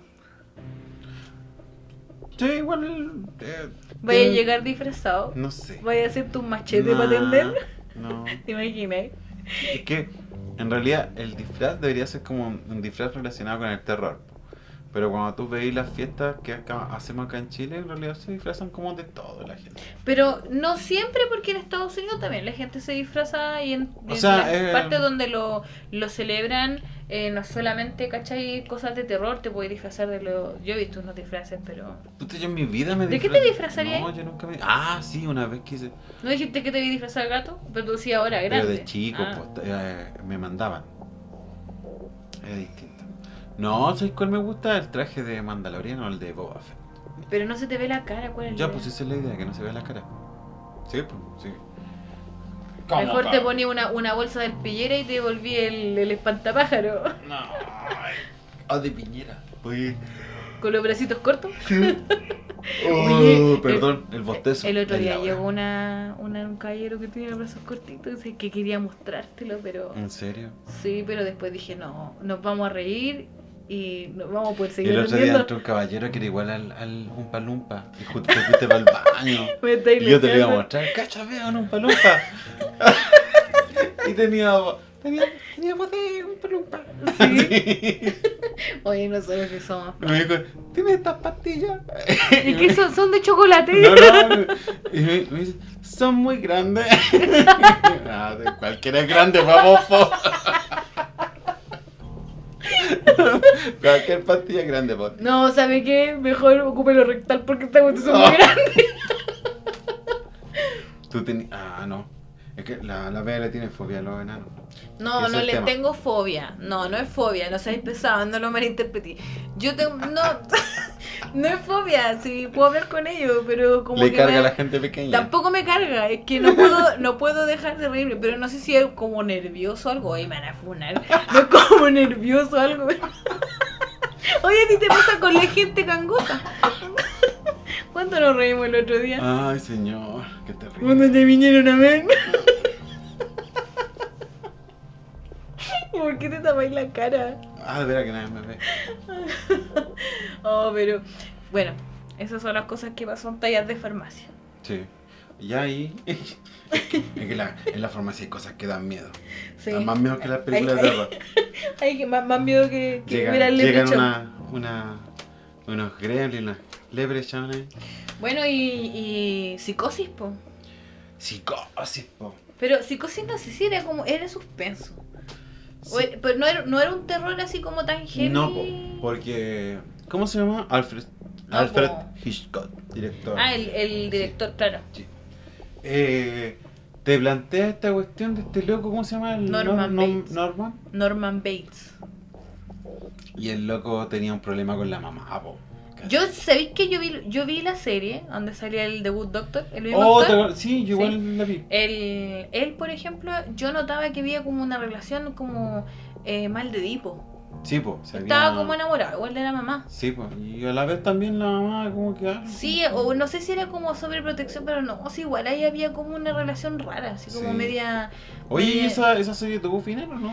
Sí, igual. eh,
Voy a
tiene-
llegar disfrazado,
No sé.
voy a hacerte un machete para
Nah,
atender,
No.
¿te imaginas?
Es que en realidad el disfraz debería ser como un, un disfraz relacionado con el terror. Pero cuando tú veis las fiestas que acá, hacemos acá en Chile, en realidad se disfrazan como de todo la gente.
Pero no siempre, porque en Estados Unidos también la gente se disfraza y en,
O
en
sea,
las
eh,
partes donde lo, lo celebran, eh, no solamente, ¿cachai? Cosas de terror, te puedes disfrazar de lo... Yo he visto unos disfraces, pero...
Puta, yo en mi vida me
¿De qué
disfra-
te disfrazarías?
No, yo nunca me... Ah, sí, una vez quise...
¿No dijiste que te vi disfrazar gato? Pero tú sí ahora,
Pero
grande.
de chico,
Ah.
pues, eh, me mandaban. Era distinto. No, ¿sabes cuál me gusta? El traje de Mandaloriano, el de Boba Fett.
Pero no se te ve la cara, ¿cuál es
Ya,
la
pues
idea?
esa es la idea, que no se vea la cara. Sí, pues, sí.
Mejor te ponía una, una bolsa de alpillera y te volví el, el espantapájaro. [LAUGHS]
No. O de piñera. Oye.
Con los bracitos cortos. [LAUGHS]
Oh,
el-
perdón, el, bostezo.
eh, El otro
de
día
Laura.
llegó una, una- un caballero que tenía los brazos cortitos y dice que quería mostrártelo, pero...
¿En serio?
Sí, pero después dije, no, nos vamos a reír y nos vamos a poder seguir
el otro día
atendiendo.
entró un caballero que era igual al, al un palumpa. Y justo te fuiste para el baño.
[LAUGHS] Me estáis
Y yo te lo iba a
leyendo.
mostrar. Cacha, vean un palumpa. [LAUGHS] y tenía. Tenía, tenía voz de un palumpa.
Sí.
[LAUGHS] Sí.
Oye, nosotros que
[LAUGHS]
somos.
Me dijo, ¿tienes estas pastillas?
¿Y qué son? ¿Son de chocolate?
No, no. Y me, me dice, son muy grandes. [LAUGHS] Ah, de cualquiera es grande, vamos, po. [LAUGHS] Cualquier pastilla es grande, po.
No, ¿sabe qué? Mejor ocupe lo rectal porque esta cuestión es
Ah.
muy grande.
Tú tenías. Ah, no. Es que la, la Bea le tiene fobia a los enanos. Ese
No,
es
no
el
le
tema.
tengo fobia. No, no es fobia. No seas pesado, no lo malinterpreté. Yo tengo. No, [LAUGHS] no es fobia. Sí, puedo hablar con ellos, pero como
le
que.
carga
me-
a la gente pequeña.
Tampoco me carga. Es que no puedo, no puedo dejar de reírme. Pero no sé si es como nervioso o algo. Oye, me van a funar. [LAUGHS] No es como nervioso o algo. [LAUGHS] Oye, a ti te pasa con la gente cangosa. [LAUGHS] ¿Cuánto nos reímos el otro día?
Ay, señor, qué terrible.
Cuando te vinieron a ver. ¿Por qué te tapáis la cara?
Ah, de veras que nadie me ve.
Oh, pero. Bueno, esas son las cosas que pasan tallas de farmacia.
Sí. Y ahí. [LAUGHS] Es que la- en la farmacia hay cosas que dan miedo.
Sí.
Dan más miedo que las
Ay,
películas de
ay.
terror.
Hay que- más, más miedo que, que
Llegan,
ver al
llegan
leprechaun.
una, una, unos gremlins, unas leprechaun
Bueno, y, y psicosis, po.
Psicosis, po.
Pero psicosis no sé si era como. Era suspenso. O
Sí.
era- pero no era, no era un terror así como tan heavy.
No, po, porque. ¿Cómo se llama? Alfred,
No,
Alfred
po.
Hitchcock, director.
Ah, el, el director, claro.
Eh, te plantea esta cuestión de este loco, ¿cómo se llama? El
Norman Bates.
Norman.
Norman Bates.
Y el loco tenía un problema con la mamá, po.
Yo, ¿sabéis que yo vi, yo vi la serie donde salía el The Good Doctor? El mismo
Oh,
actor.
te- sí, yo igual la vi.
Él, él, por ejemplo, yo notaba que había como una relación como eh, mal de Edipo.
Sí, pues. se
Estaba
había-
como enamorado, igual de la mamá.
Sí, pues. Y a la vez también la mamá, como que. ah,
Sí, o no sé si era como sobreprotección, pero no, sí, igual ahí había como una relación rara, así como
Sí.
media...
Oye, ¿y
media-
esa, esa serie tuvo final o no?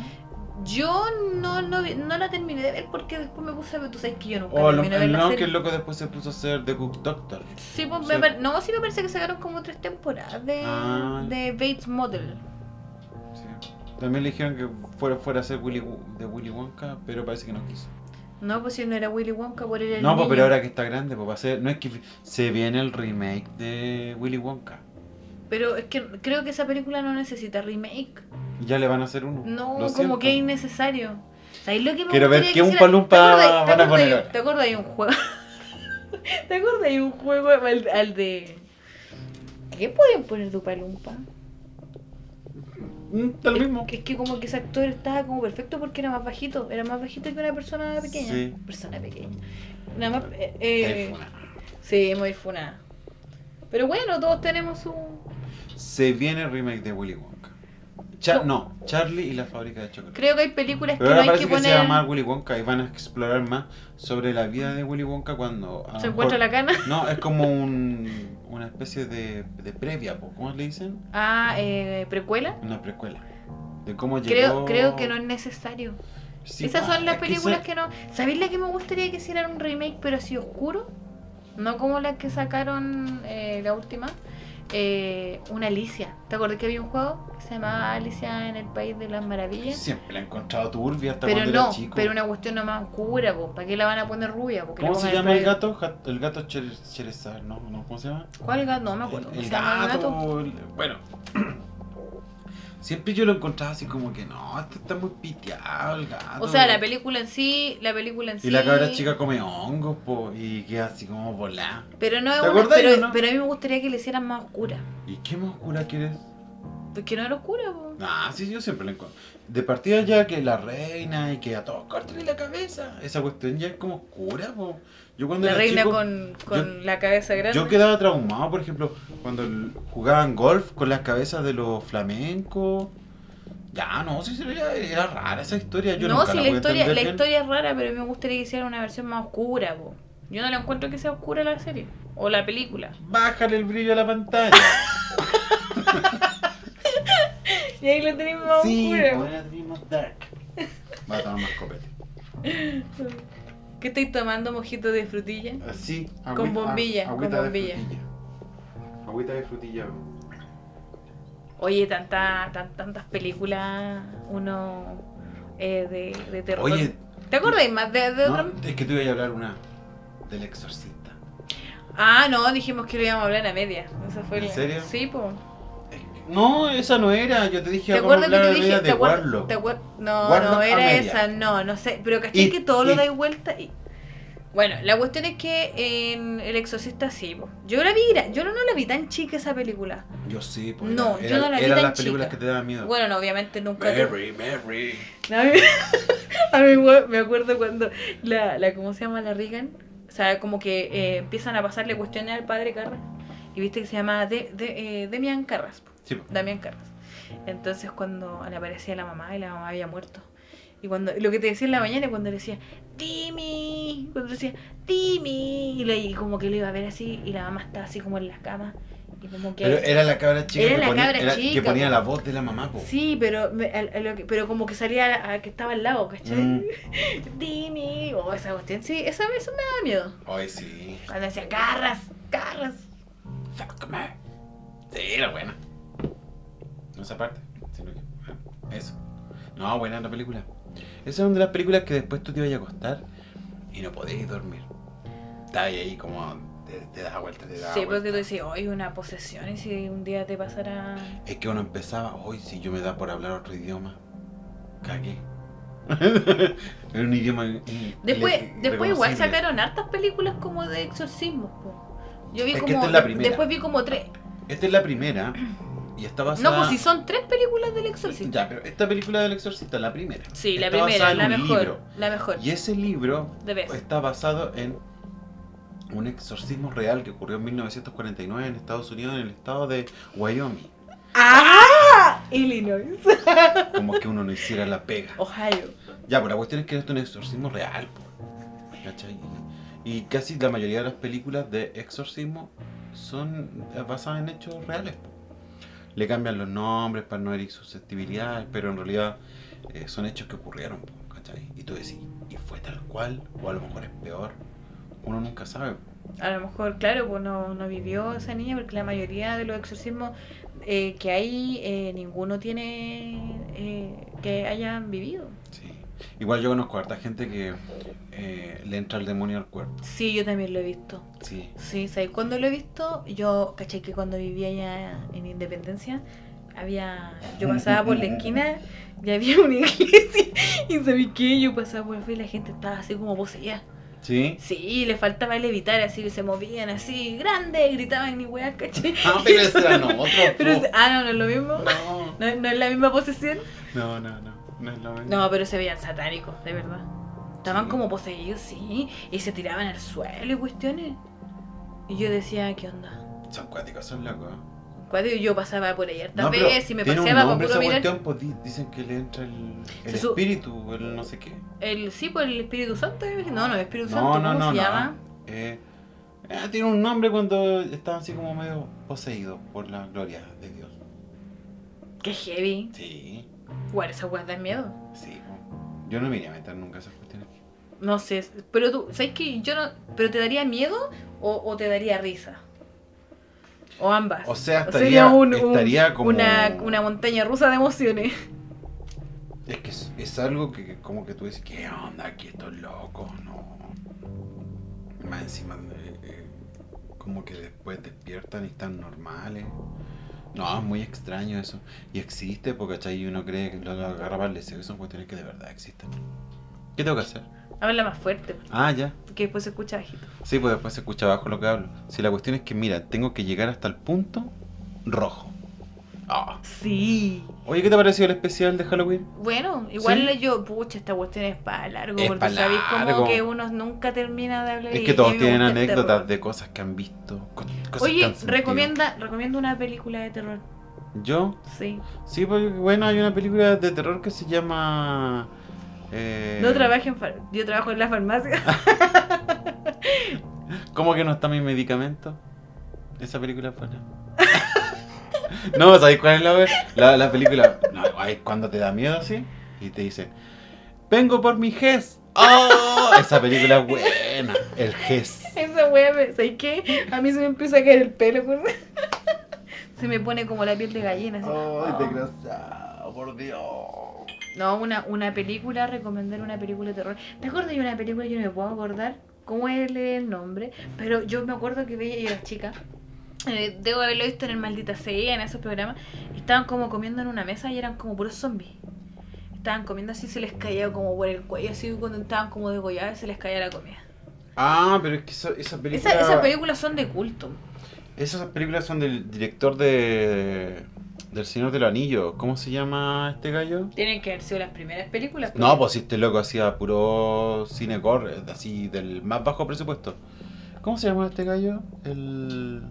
Yo no, no, vi- no la terminé de ver porque después me puse a ver, tú sabes que yo nunca
O Oh, lo,
terminé de ver la
no,
serie.
que el loco después se puso a hacer The Cook Doctor.
Sí, pues me
Sí.
par- no, sí me parece que sacaron como tres temporadas de,
Ah.
de Bates Model.
Sí. También le dijeron que fuera, fuera a ser Willy, Wo- de Willy Wonka, pero parece que no quiso.
No, pues si no era Willy Wonka, por era el
No, pues,
niño.
pero ahora que está grande, pues va a ser. No es que se viene el remake de Willy Wonka.
Pero es que creo que esa película no necesita remake.
Ya le van a hacer uno.
No,
lo
como
siento.
que es innecesario. O sea, es lo que me
Quiero ver
gustaría
qué
que
Oompa
hicieran-
Loompa
¿Te acordás- te
van a
acordás de-
poner?
¿Te acuerdas de un juego? [LAUGHS] ¿Te acuerdas de un juego al, al de... ¿Qué pueden poner de Oompa Loompa?
Mm, Está lo mismo.
Que es que como que ese actor estaba como perfecto porque era más bajito. Era más bajito que una persona pequeña.
Sí.
Persona pequeña. Nada más... eh,
Ahí
eh,
fue una.
sí, muy funada. Pero bueno, todos tenemos un...
Se viene el remake de Willy Wonka. Cha- no, Charlie y la fábrica de chocolate.
Creo que hay películas que
Pero
no
ahora
hay que
parece que, se
poner...
llama más Willy Wonka y van a explorar más sobre la vida de Willy Wonka cuando. a lo mejor-
Se encuentra la cana.
No, es como un, una especie de, de previa, po, ¿cómo le dicen?
Ah, eh, precuela.
Una precuela. De cómo
Creo,
llegó.
creo que no es necesario.
Sí,
Esas
ah,
son las
es que
películas
esa-
que, no. ¿Sabéis la que me gustaría que hicieran un remake, pero así oscuro? No como la que sacaron eh, la última. Eh, una Alicia. ¿Te acordás que había un juego que se llamaba Alicia en el País de las Maravillas?
Siempre la he encontrado turbia hasta
Pero
cuando
no,
era chico.
pero una cuestión nomás oscura, po. ¿para qué la van a poner rubia? po? Que la
¿Cómo se
pongan
llama el
país-
gato? Ja- El gato Cher- Cherezar, ¿no? ¿no? ¿Cómo se llama?
¿Cuál gato? No me acuerdo.
El,
¿Se
el
llama
gato. el- Bueno. [CLEARS THROAT] Siempre yo lo encontraba así como que no, este está muy piteado el gato.
O sea, la película en sí, la película en sí.
Ah, Y la cabra chica come hongos, po, y queda así como volá.
Pero no es
¿Te
una-
acordás
pero,
o no?
pero a mí me gustaría que le hicieran más oscura.
¿Y qué más oscura quieres?
Porque no era oscura, po.
Ah, sí, yo siempre la encuentro. De partida ya que la reina y que a todos cortenle la cabeza. Esa cuestión ya es como oscura, po. Yo cuando
La
era
reina
chico,
con, con la cabeza grande.
Yo quedaba traumado, por ejemplo, cuando l- jugaban golf con las cabezas de los flamencos. Ya, no, sí, sí, era, era rara esa historia. Yo
no,
nunca
si
la,
la
pude
historia, la
entender bien.
historia es rara, pero a mí me gustaría que hicieran una versión más oscura, po. Yo no la encuentro que sea oscura la serie. O la película.
Bájale el brillo a la pantalla.
[LAUGHS] Y ahí la tenemos más
sí, pues,
oscura. po.
ahora tenemos Dark. Va a tomar más copete.
¿Qué estáis tomando, mojito de frutilla?
Así, ah,
Con bombilla, con bombilla.
De frutilla. Agüita de frutilla.
Oye, tanta, tan- tantas películas, uno eh, de, de terror.
Oye,
¿Te acordáis más de, de otra?
no, es que te iba a hablar una del exorcista.
Ah, no, dijimos que lo íbamos a hablar a media. Esa fue
¿En
la-
serio?
Sí, po.
Es que- No, esa no era. Yo te dije
¿Te
vamos a
acuerdas que
hablar
te
de
dije?
media
¿Te
de
acuerdas-
Warlock.
te acuer- No,
Warlock
no
a
era
media.
esa, no, no sé. Pero caché
It,
que todo lo
it.
dais vuelta y. Bueno, la cuestión es que en El Exorcista sí. po. Yo la vi, gra- yo no, no la vi tan chica esa película.
Yo sí, pues.
No,
era-
yo no la vi
Eran
tan
las películas
chica.
que te daban miedo.
Bueno, no, obviamente nunca. tu-
Mary, Mary.
[LAUGHS] A mí, a mí igual me acuerdo cuando la, la ¿cómo se llama? La Regan. O sea, como que eh,
Mm.
empiezan a pasarle cuestiones al padre Carras. Y viste que se llama de, de, eh, Demian Carras. po.
Sí, pues.
Damián Carras. Entonces cuando le aparecía la mamá y la mamá había muerto. Y cuando lo que te decía en la mañana cuando le decía, Timmy, cuando decía, Timmy, y, le- y como que lo iba a ver así y la mamá estaba así como en la cama. Y como que...
Pero eh, era la cabra chica,
Era
que,
la
ponía,
cabra
era-
chica,
que ponía
po.
la voz de la mamá, po.
Sí, pero, me- a- a lo que- pero como que salía a, a que estaba al lado, ¿cachai?
Mm.
Timmy, o esa cuestión, sí, esa eso me daba miedo.
Ay, sí.
Cuando decía, Carras, Carras.
Fuck me. Sí, era buena. No esa parte, sino que. ah, Eso. No, buena la película. Esa es una de las películas que después tú te ibas a acostar y no podías dormir. Estabas ahí como. Te, te das vuelta, te das
Sí, pues,
vuelta.
porque tú decías, hoy una posesión y si un día te pasara...
Es que uno empezaba, hoy si yo me da por hablar otro idioma,
[LAUGHS]
cagué. Era un idioma. in-
Después,
irre-
después igual
irreconocible.
sacaron hartas películas como de exorcismos. po. Yo vi
Es que
como
esta es la
de-
primera.
después vi como tres.
Esta es la primera y está basada.
No, pues si son tres películas del exorcista.
Ya, pero esta película del exorcista, la primera.
Sí, pues. la
está
primera,
basada
la
en un
mejor,
libro.
la mejor.
Y pues, ese libro
De vez.
está basado en un exorcismo real que ocurrió en 1949 en Estados Unidos, en el estado de Wyoming.
¡Ah! Illinois.
Como que uno no hiciera la pega.
Oh. Ohio.
Ya, pero la cuestión es que esto es un exorcismo real, po. ¿cachai? Y casi la mayoría de las películas de exorcismo son basadas en hechos reales. po. Le cambian los nombres para no herir susceptibilidades, pero en realidad eh, son hechos que ocurrieron, po, ¿cachai? Y tú decís, ¿y fue tal cual? O a lo mejor es peor. Uno nunca sabe. po.
A lo mejor, claro, pues no, no vivió esa niña porque la mayoría de los exorcismos eh, que hay, eh, ninguno tiene eh, que hayan vivido.
Sí. Igual yo conozco a harta gente que eh, le entra el demonio al cuerpo.
Sí, yo también lo he visto.
Sí.
Sí, ¿sabes cuándo lo he visto? Yo, caché que cuando vivía allá en Independencia, había. Yo pasaba por la esquina y había una [LAUGHS] iglesia. Y sabí qué? Yo pasaba por el y la gente estaba así como poseída.
¿Sí?
Sí, le faltaba el evitar, así se movían así, grande, gritaban y weas, caché.
Ah, pero ese era nosotros.
[LAUGHS] Pero
po.
es- ah, no, no es lo mismo.
No.
No, no es la misma posesión.
No, no, no. No es lo mismo.
No, pero se veían satánicos, de verdad. Estaban
Sí.
como poseídos, sí. Y se tiraban al suelo y cuestiones. Y yo decía, ¿qué onda?
Son cuáticos, son locos. ¿eh?
Cuadro, yo pasaba por ahí hartas
No, pero
veces y me
tiene un
paseaba por
nombre esa
puro mirar.
cuestión, pues, di- dicen que le entra el, el
Se su-
espíritu, el no sé qué.
El, sí, por el Espíritu Santo. eh, No, no, el Espíritu Santo,
No, no,
¿cómo
no,
se
no.
llama?
Eh, eh, tiene un nombre cuando está así como medio poseído por la gloria de Dios.
Qué heavy.
Sí,
Guarda, esas weas dan miedo.
sí. po. Yo no me iría a meter nunca esas cuestiones.
No sé, pero tú, ¿sabes que yo no. ¿Pero te daría miedo o, o te daría risa? O ambas.
O sea, estaría,
Sería un- un-
estaría como...
una, una montaña rusa de emociones. [LAUGHS]
Es que es, es algo que que como que tú dices, ¿qué onda? Aquí estos locos, no. Más encima, eh, eh, como que después despiertan y están normales. No, es muy extraño eso. Y existe, porque ¿cachai? Y uno cree que lo lo agarra para el deseo, son cuestiones que de verdad existen. ¿Qué tengo que hacer?
Habla más fuerte,
Ah, ya.
que después se escucha bajito.
Sí, pues después se escucha abajo lo que hablo. Sí, la cuestión es que, mira, tengo que llegar hasta el punto rojo. Ah.
Sí.
Oye, ¿qué te pareció el especial de Halloween?
Bueno, igual
Sí.
yo, pucha, esta cuestión es para largo,
Es
porque
pa'
sabéis
largo.
como que uno nunca termina de hablar.
Es
y-
que
y a
todos
mí me
tienen
gusta el
anécdotas
terror.
de cosas que han visto. co- cosas que
Oye,
han sentido.
recomienda, recomiendo una película de terror.
Yo,
Sí.
sí, pues bueno, hay una película de terror que se llama. eh,
No trabajo en far- yo trabajo en la farmacia. [LAUGHS]
¿Cómo que no está mi medicamento? Esa película es buena. [LAUGHS] no, ¿sabéis cuál es la, la, la película? No, ay, cuando te da miedo así y te dice: Vengo por mi GES. ¡Oh! Esa película es buena. El E GES.
Esa wea, me- ¿sabes qué? A mí se me empieza a caer el pelo. por- [LAUGHS] se me pone como la piel de gallina. así.
¡Ay,
Ah.
desgraciado! Por Dios.
No, una, una película, recomendar una película de terror. ¿Te acuerdas de una película? Yo no me puedo acordar cómo es el nombre, pero yo me acuerdo que veía, yo era chica, eh, debo haberlo visto en el Maldita Sea, en esos programas, y estaban como comiendo en una mesa y eran como puros zombies. Estaban comiendo así, se les caía como por el cuello, así cuando estaban como degollados se les caía la comida.
Ah, pero es que esa, esa película.
Esa- esas películas son de culto.
Esas películas son del director de. del Señor del Anillo. ¿Cómo se llama este gallo?
Tienen que haber sido las primeras películas.
No,
porque-
pues si este loco hacía puro cine gore, así del más bajo presupuesto. ¿Cómo se llama este gallo? El.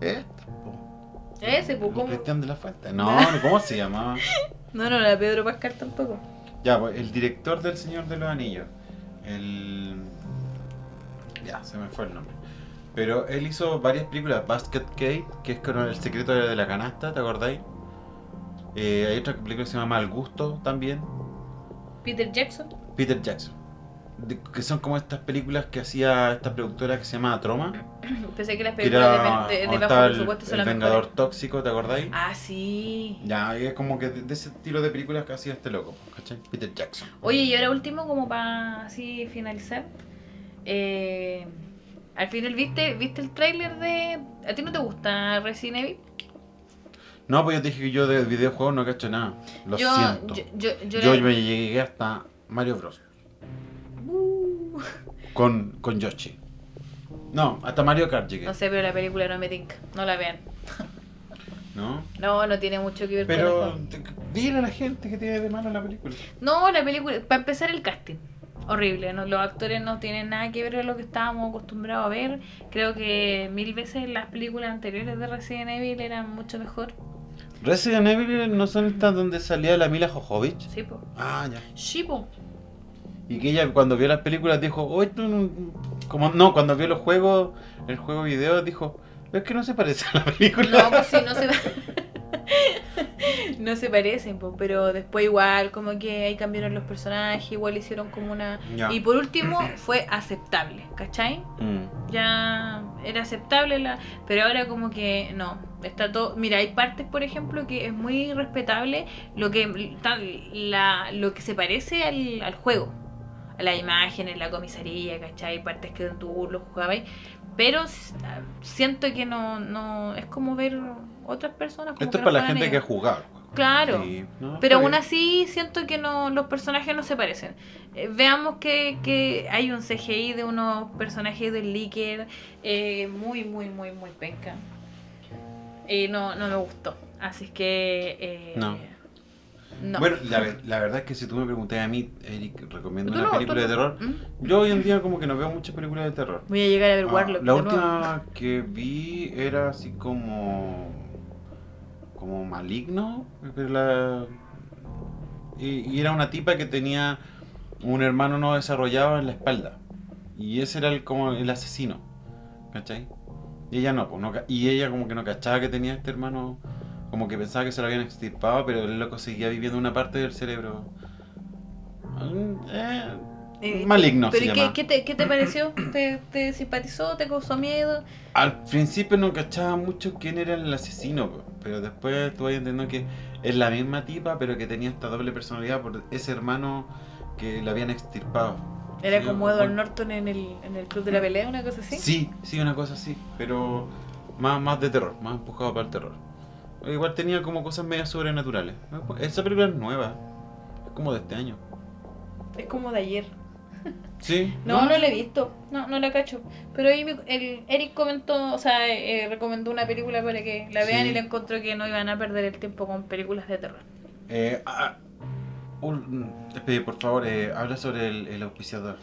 Este. po.
Ese, pues, ¿cómo?
Cristian de la Fuente. No, ¿cómo se llamaba?
No, no, la Pedro Pascal tampoco.
Ya, pues el director del Señor de los Anillos. El. Ya, se me fue el nombre. Pero él hizo varias películas. Basket Case, que es con el secreto de la canasta, ¿te acordáis? Eh, hay otra película que se llama Mal Gusto también.
Peter Jackson.
Peter Jackson. De- que son como estas películas que hacía esta productora que se llama Troma.
Pensé que las
Que
películas
era.
de, de- de
donde estaba
bajo
el,
presupuesto son
el
las
Vengador
mejores.
Tóxico, ¿te acordáis?
Ah, sí.
Ya, es como que de, de ese estilo de películas que hacía este loco, ¿cachai? Peter Jackson.
Oye, y ahora último, como para así finalizar. eh, al final, ¿viste viste el tráiler de... ¿A ti no te gusta Resident Evil?
No, pues yo te dije que yo de videojuegos no cacho nada. Lo
yo,
siento.
Yo,
Yo,
yo, yo la-
me llegué hasta Mario Bros.
Uh,
Con, con Yoshi. No, hasta Mario Kart llegué.
no sé, pero la película no me tinca. No la vean.
¿No?
No, no tiene mucho que ver con el
Pero
juego.
te- dile a la gente que tiene de malo la película.
No, la película... Para empezar, el casting. Horrible. ¿no? Los actores no tienen nada que ver con lo que estábamos acostumbrados a ver. Creo que mil veces las películas anteriores de Resident Evil eran mucho mejor.
Resident Evil no son estas donde salía la Mila Jojovich.
Sí, po.
Ah, ya.
Sí, po.
Y que ella cuando vio las películas dijo, oh, esto no... Como, no, cuando vio los juegos, el juego video dijo, es que no se parece a la película.
No, pues sí, no se, [LAUGHS] no se parecen, po, pero después igual, como que ahí cambiaron los personajes, igual hicieron como una...
Ya.
Y por último fue aceptable, ¿cachai?
Mm.
Ya era aceptable la... Pero ahora como que no, está todo... Mira, hay partes, por ejemplo, que es muy respetable lo que, tal, la, lo que se parece al, al juego. A las imágenes, la comisaría, ¿cachai? Partes que tú lo jugabas. Pero s- ah, siento que no, no... Es como ver otras personas. Como
Esto
que
es
no
para la
juegan
gente que ha
ellos.
jugado.
Claro.
Sí, no,
Pero
está
aún
bien.
así siento que no, los personajes no se parecen. Eh, veamos que, que hay un CGI de unos personajes del Licker eh, muy, muy, muy, muy penca. Eh, no, no me gustó. Así que... eh,
No.
no.
Bueno, la, ver- la verdad es que si tú me preguntas a mí, Eric, recomiendo
Tú
una
no,
película de
tú no.
terror.
¿Mm?
Yo hoy en día como que no veo muchas películas de terror.
Voy a llegar a ver
Ah,
Warlock.
la
de nuevo.
última que vi era así como. como maligno. pero la- y, y era una tipa que tenía un hermano no desarrollado en la espalda. Y ese era el, como el asesino. ¿Cachai? Y ella no, pues, no ca- y ella como que no cachaba que tenía este hermano. Como que pensaba que se lo habían extirpado, pero el loco seguía viviendo una parte del cerebro. Mm, eh,
Eh,
maligno, se
¿Pero qué,
llama.
qué te, qué te pareció? ¿Te, te simpatizó? ¿Te causó miedo?
Al principio no cachaba mucho quién era el asesino, po, pero después tú vas entendiendo que es la misma tipa, pero que tenía esta doble personalidad por ese hermano que le habían extirpado.
¿Era
Sí,
como
bueno.
Edward Norton en el, en el Club de la Pelea, una cosa así?
¿Sí? sí, una cosa así, pero más, más de terror, más empujado para el terror. Igual tenía como cosas medio sobrenaturales. Esa película es nueva, es como de este año.
Es como de ayer.
Sí,
No, no la he visto. No, no la cacho. Pero ahí me- el Eric comentó, o sea, eh, recomendó una película para que la
Sí.
vean y le encontró que no iban a perder el tiempo con películas de terror.
Eh, ah, un- eh, por favor, eh, habla sobre el, el auspiciador.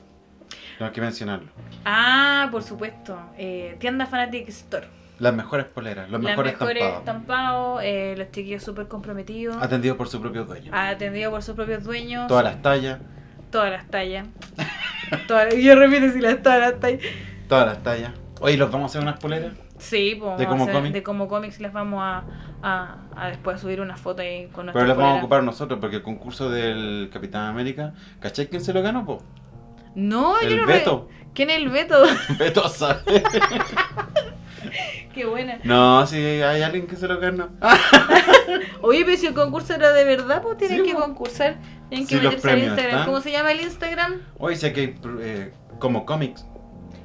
Tengo que mencionarlo.
Ah, por supuesto. Eh, tienda Fanatic Store.
Las mejores poleras, los
Las
mejores
mejores
estampados.
estampados, eh, los chiquillos súper comprometidos,
Atendido por su propio dueño.
atendidos por sus propios dueños,
Todas las tallas,
todas las tallas. [LAUGHS] Todas- yo repito si las todas las tallas.
todas las tallas. Oye, ¿los vamos a hacer unas poleras?
Sí, pues,
¿De
vamos a
como
hacer-
cómic?
de como cómics las vamos a, a, a después subir una foto ahí con nuestra
Pero las vamos a ocupar nosotros porque el concurso del Capitán América, ¿cachai quién se lo ganó, po?
No, yo
el
no re-
Beto. [LAUGHS]
¿Quién es el [LAUGHS] Beto?
Beto sabe.
Qué buena.
No, si hay alguien que se lo ganó. Ah,
Oye, pero si el concurso era de verdad, pues tienen
Sí,
que
po.
concursar. Tienen que
Sí, los
meterse al
premios
Instagram.
están.
¿Cómo se llama el Instagram?
Hoy sé que hay eh, como cómics.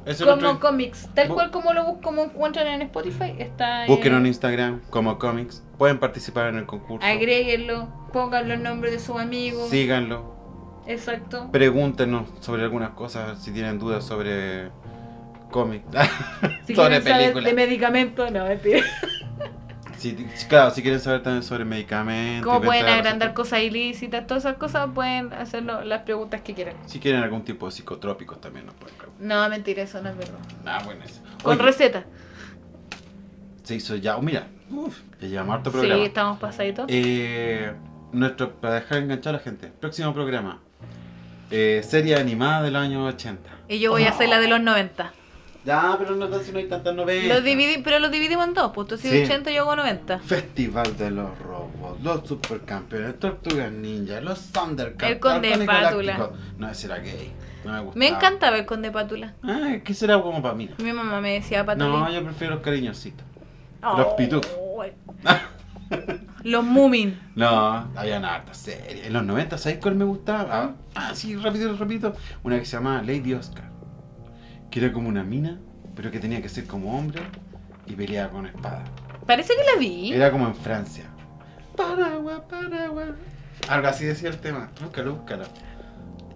Eso es
Como
lo que-
Comics. Tal
Bu-
cual como lo bus- como encuentran en Spotify, está en-
Busquen en Instagram como cómics. Pueden participar en el concurso.
Agréguenlo, pongan los nombres de sus amigos.
Síganlo.
Exacto.
Pregúntenos sobre algunas cosas si tienen dudas sobre cómics.
Si
sobre
quieren saber
películas.
de medicamentos, no, mentira.
Si- claro, si quieren saber también sobre medicamentos.
Cómo
venta de
pueden agrandar
recetas.
cosas ilícitas, todas esas cosas, pueden hacerlo las preguntas que quieran.
Si quieren algún tipo de psicotrópicos también nos pueden preguntar.
No, mentira, eso no es verdad.
Ah, bueno, eso.
Con
Oye,
recetas.
se hizo ya. oh, Mira, uf, ya llevamos harto
Sí,
programa.
estamos pasaditos.
Eh, nuestro, para dejar enganchar a la gente, próximo programa. Eh, serie animada del año 80.
Y yo voy a hacer la de los 90.
Ya, pero no tan si no hay tantas novelas.
Los dividí, pero los dividimos en dos, pues tú haces
Sí.
80 y yo hago 90.
Festival de los Robos, los Supercampeones, Tortugas Ninja, los Thundercats.
El Conde
Halcones
Pátula.
Galácticos. No, ese era gay. No me gustaba.
Me encantaba el conde Pátula.
Ah, es que será como para mí.
Mi mamá me decía
No,
Pátula.
yo prefiero los cariñositos.
Oh.
los pitufos. [LAUGHS]
Los Moomin.
No, había harta serie. En los 90, ¿sabes cuál me gustaba? Ah, sí, rápido, repito. Una que se llamaba Lady Oscar. Que era como una mina, pero que tenía que ser como hombre y peleaba con espada.
Parece que la vi.
Era como en Francia. Paraguay, Paraguay. Algo así decía el tema. Búscalo, búscalo.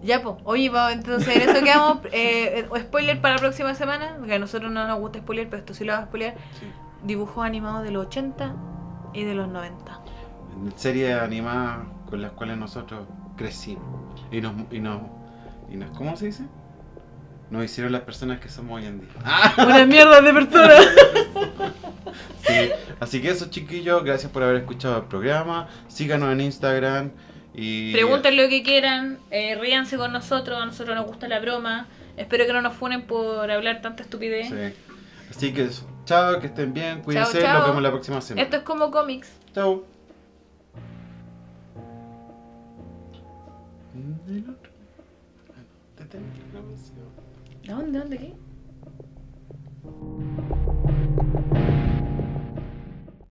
Ya, pues. Oye, va, entonces en eso quedamos. [LAUGHS] Eh, eh, spoiler para la próxima semana. Que a nosotros no nos gusta spoiler, pero esto sí lo vas a spoiler.
Sí.
Dibujos animados de los 80 y de los 90.
Series animadas con las cuales nosotros crecimos. Y nos, y nos, y nos- ¿Cómo se dice? Nos hicieron [LAUGHS] las personas que somos hoy en día.
Una mierda de persona.
Sí, Así que eso, chiquillos, gracias por haber escuchado el programa. Síganos en Instagram y.
Pregunten lo que quieran, eh, ríanse con nosotros, a nosotros nos gusta la broma. Espero que no nos funen por hablar tanta estupidez.
Sí. Así que eso. Chao, que estén bien, cuídense,
chao.
nos vemos la próxima semana.
Esto es como cómics.
Chao.
¿Dónde? ¿Dónde? ¿Qué?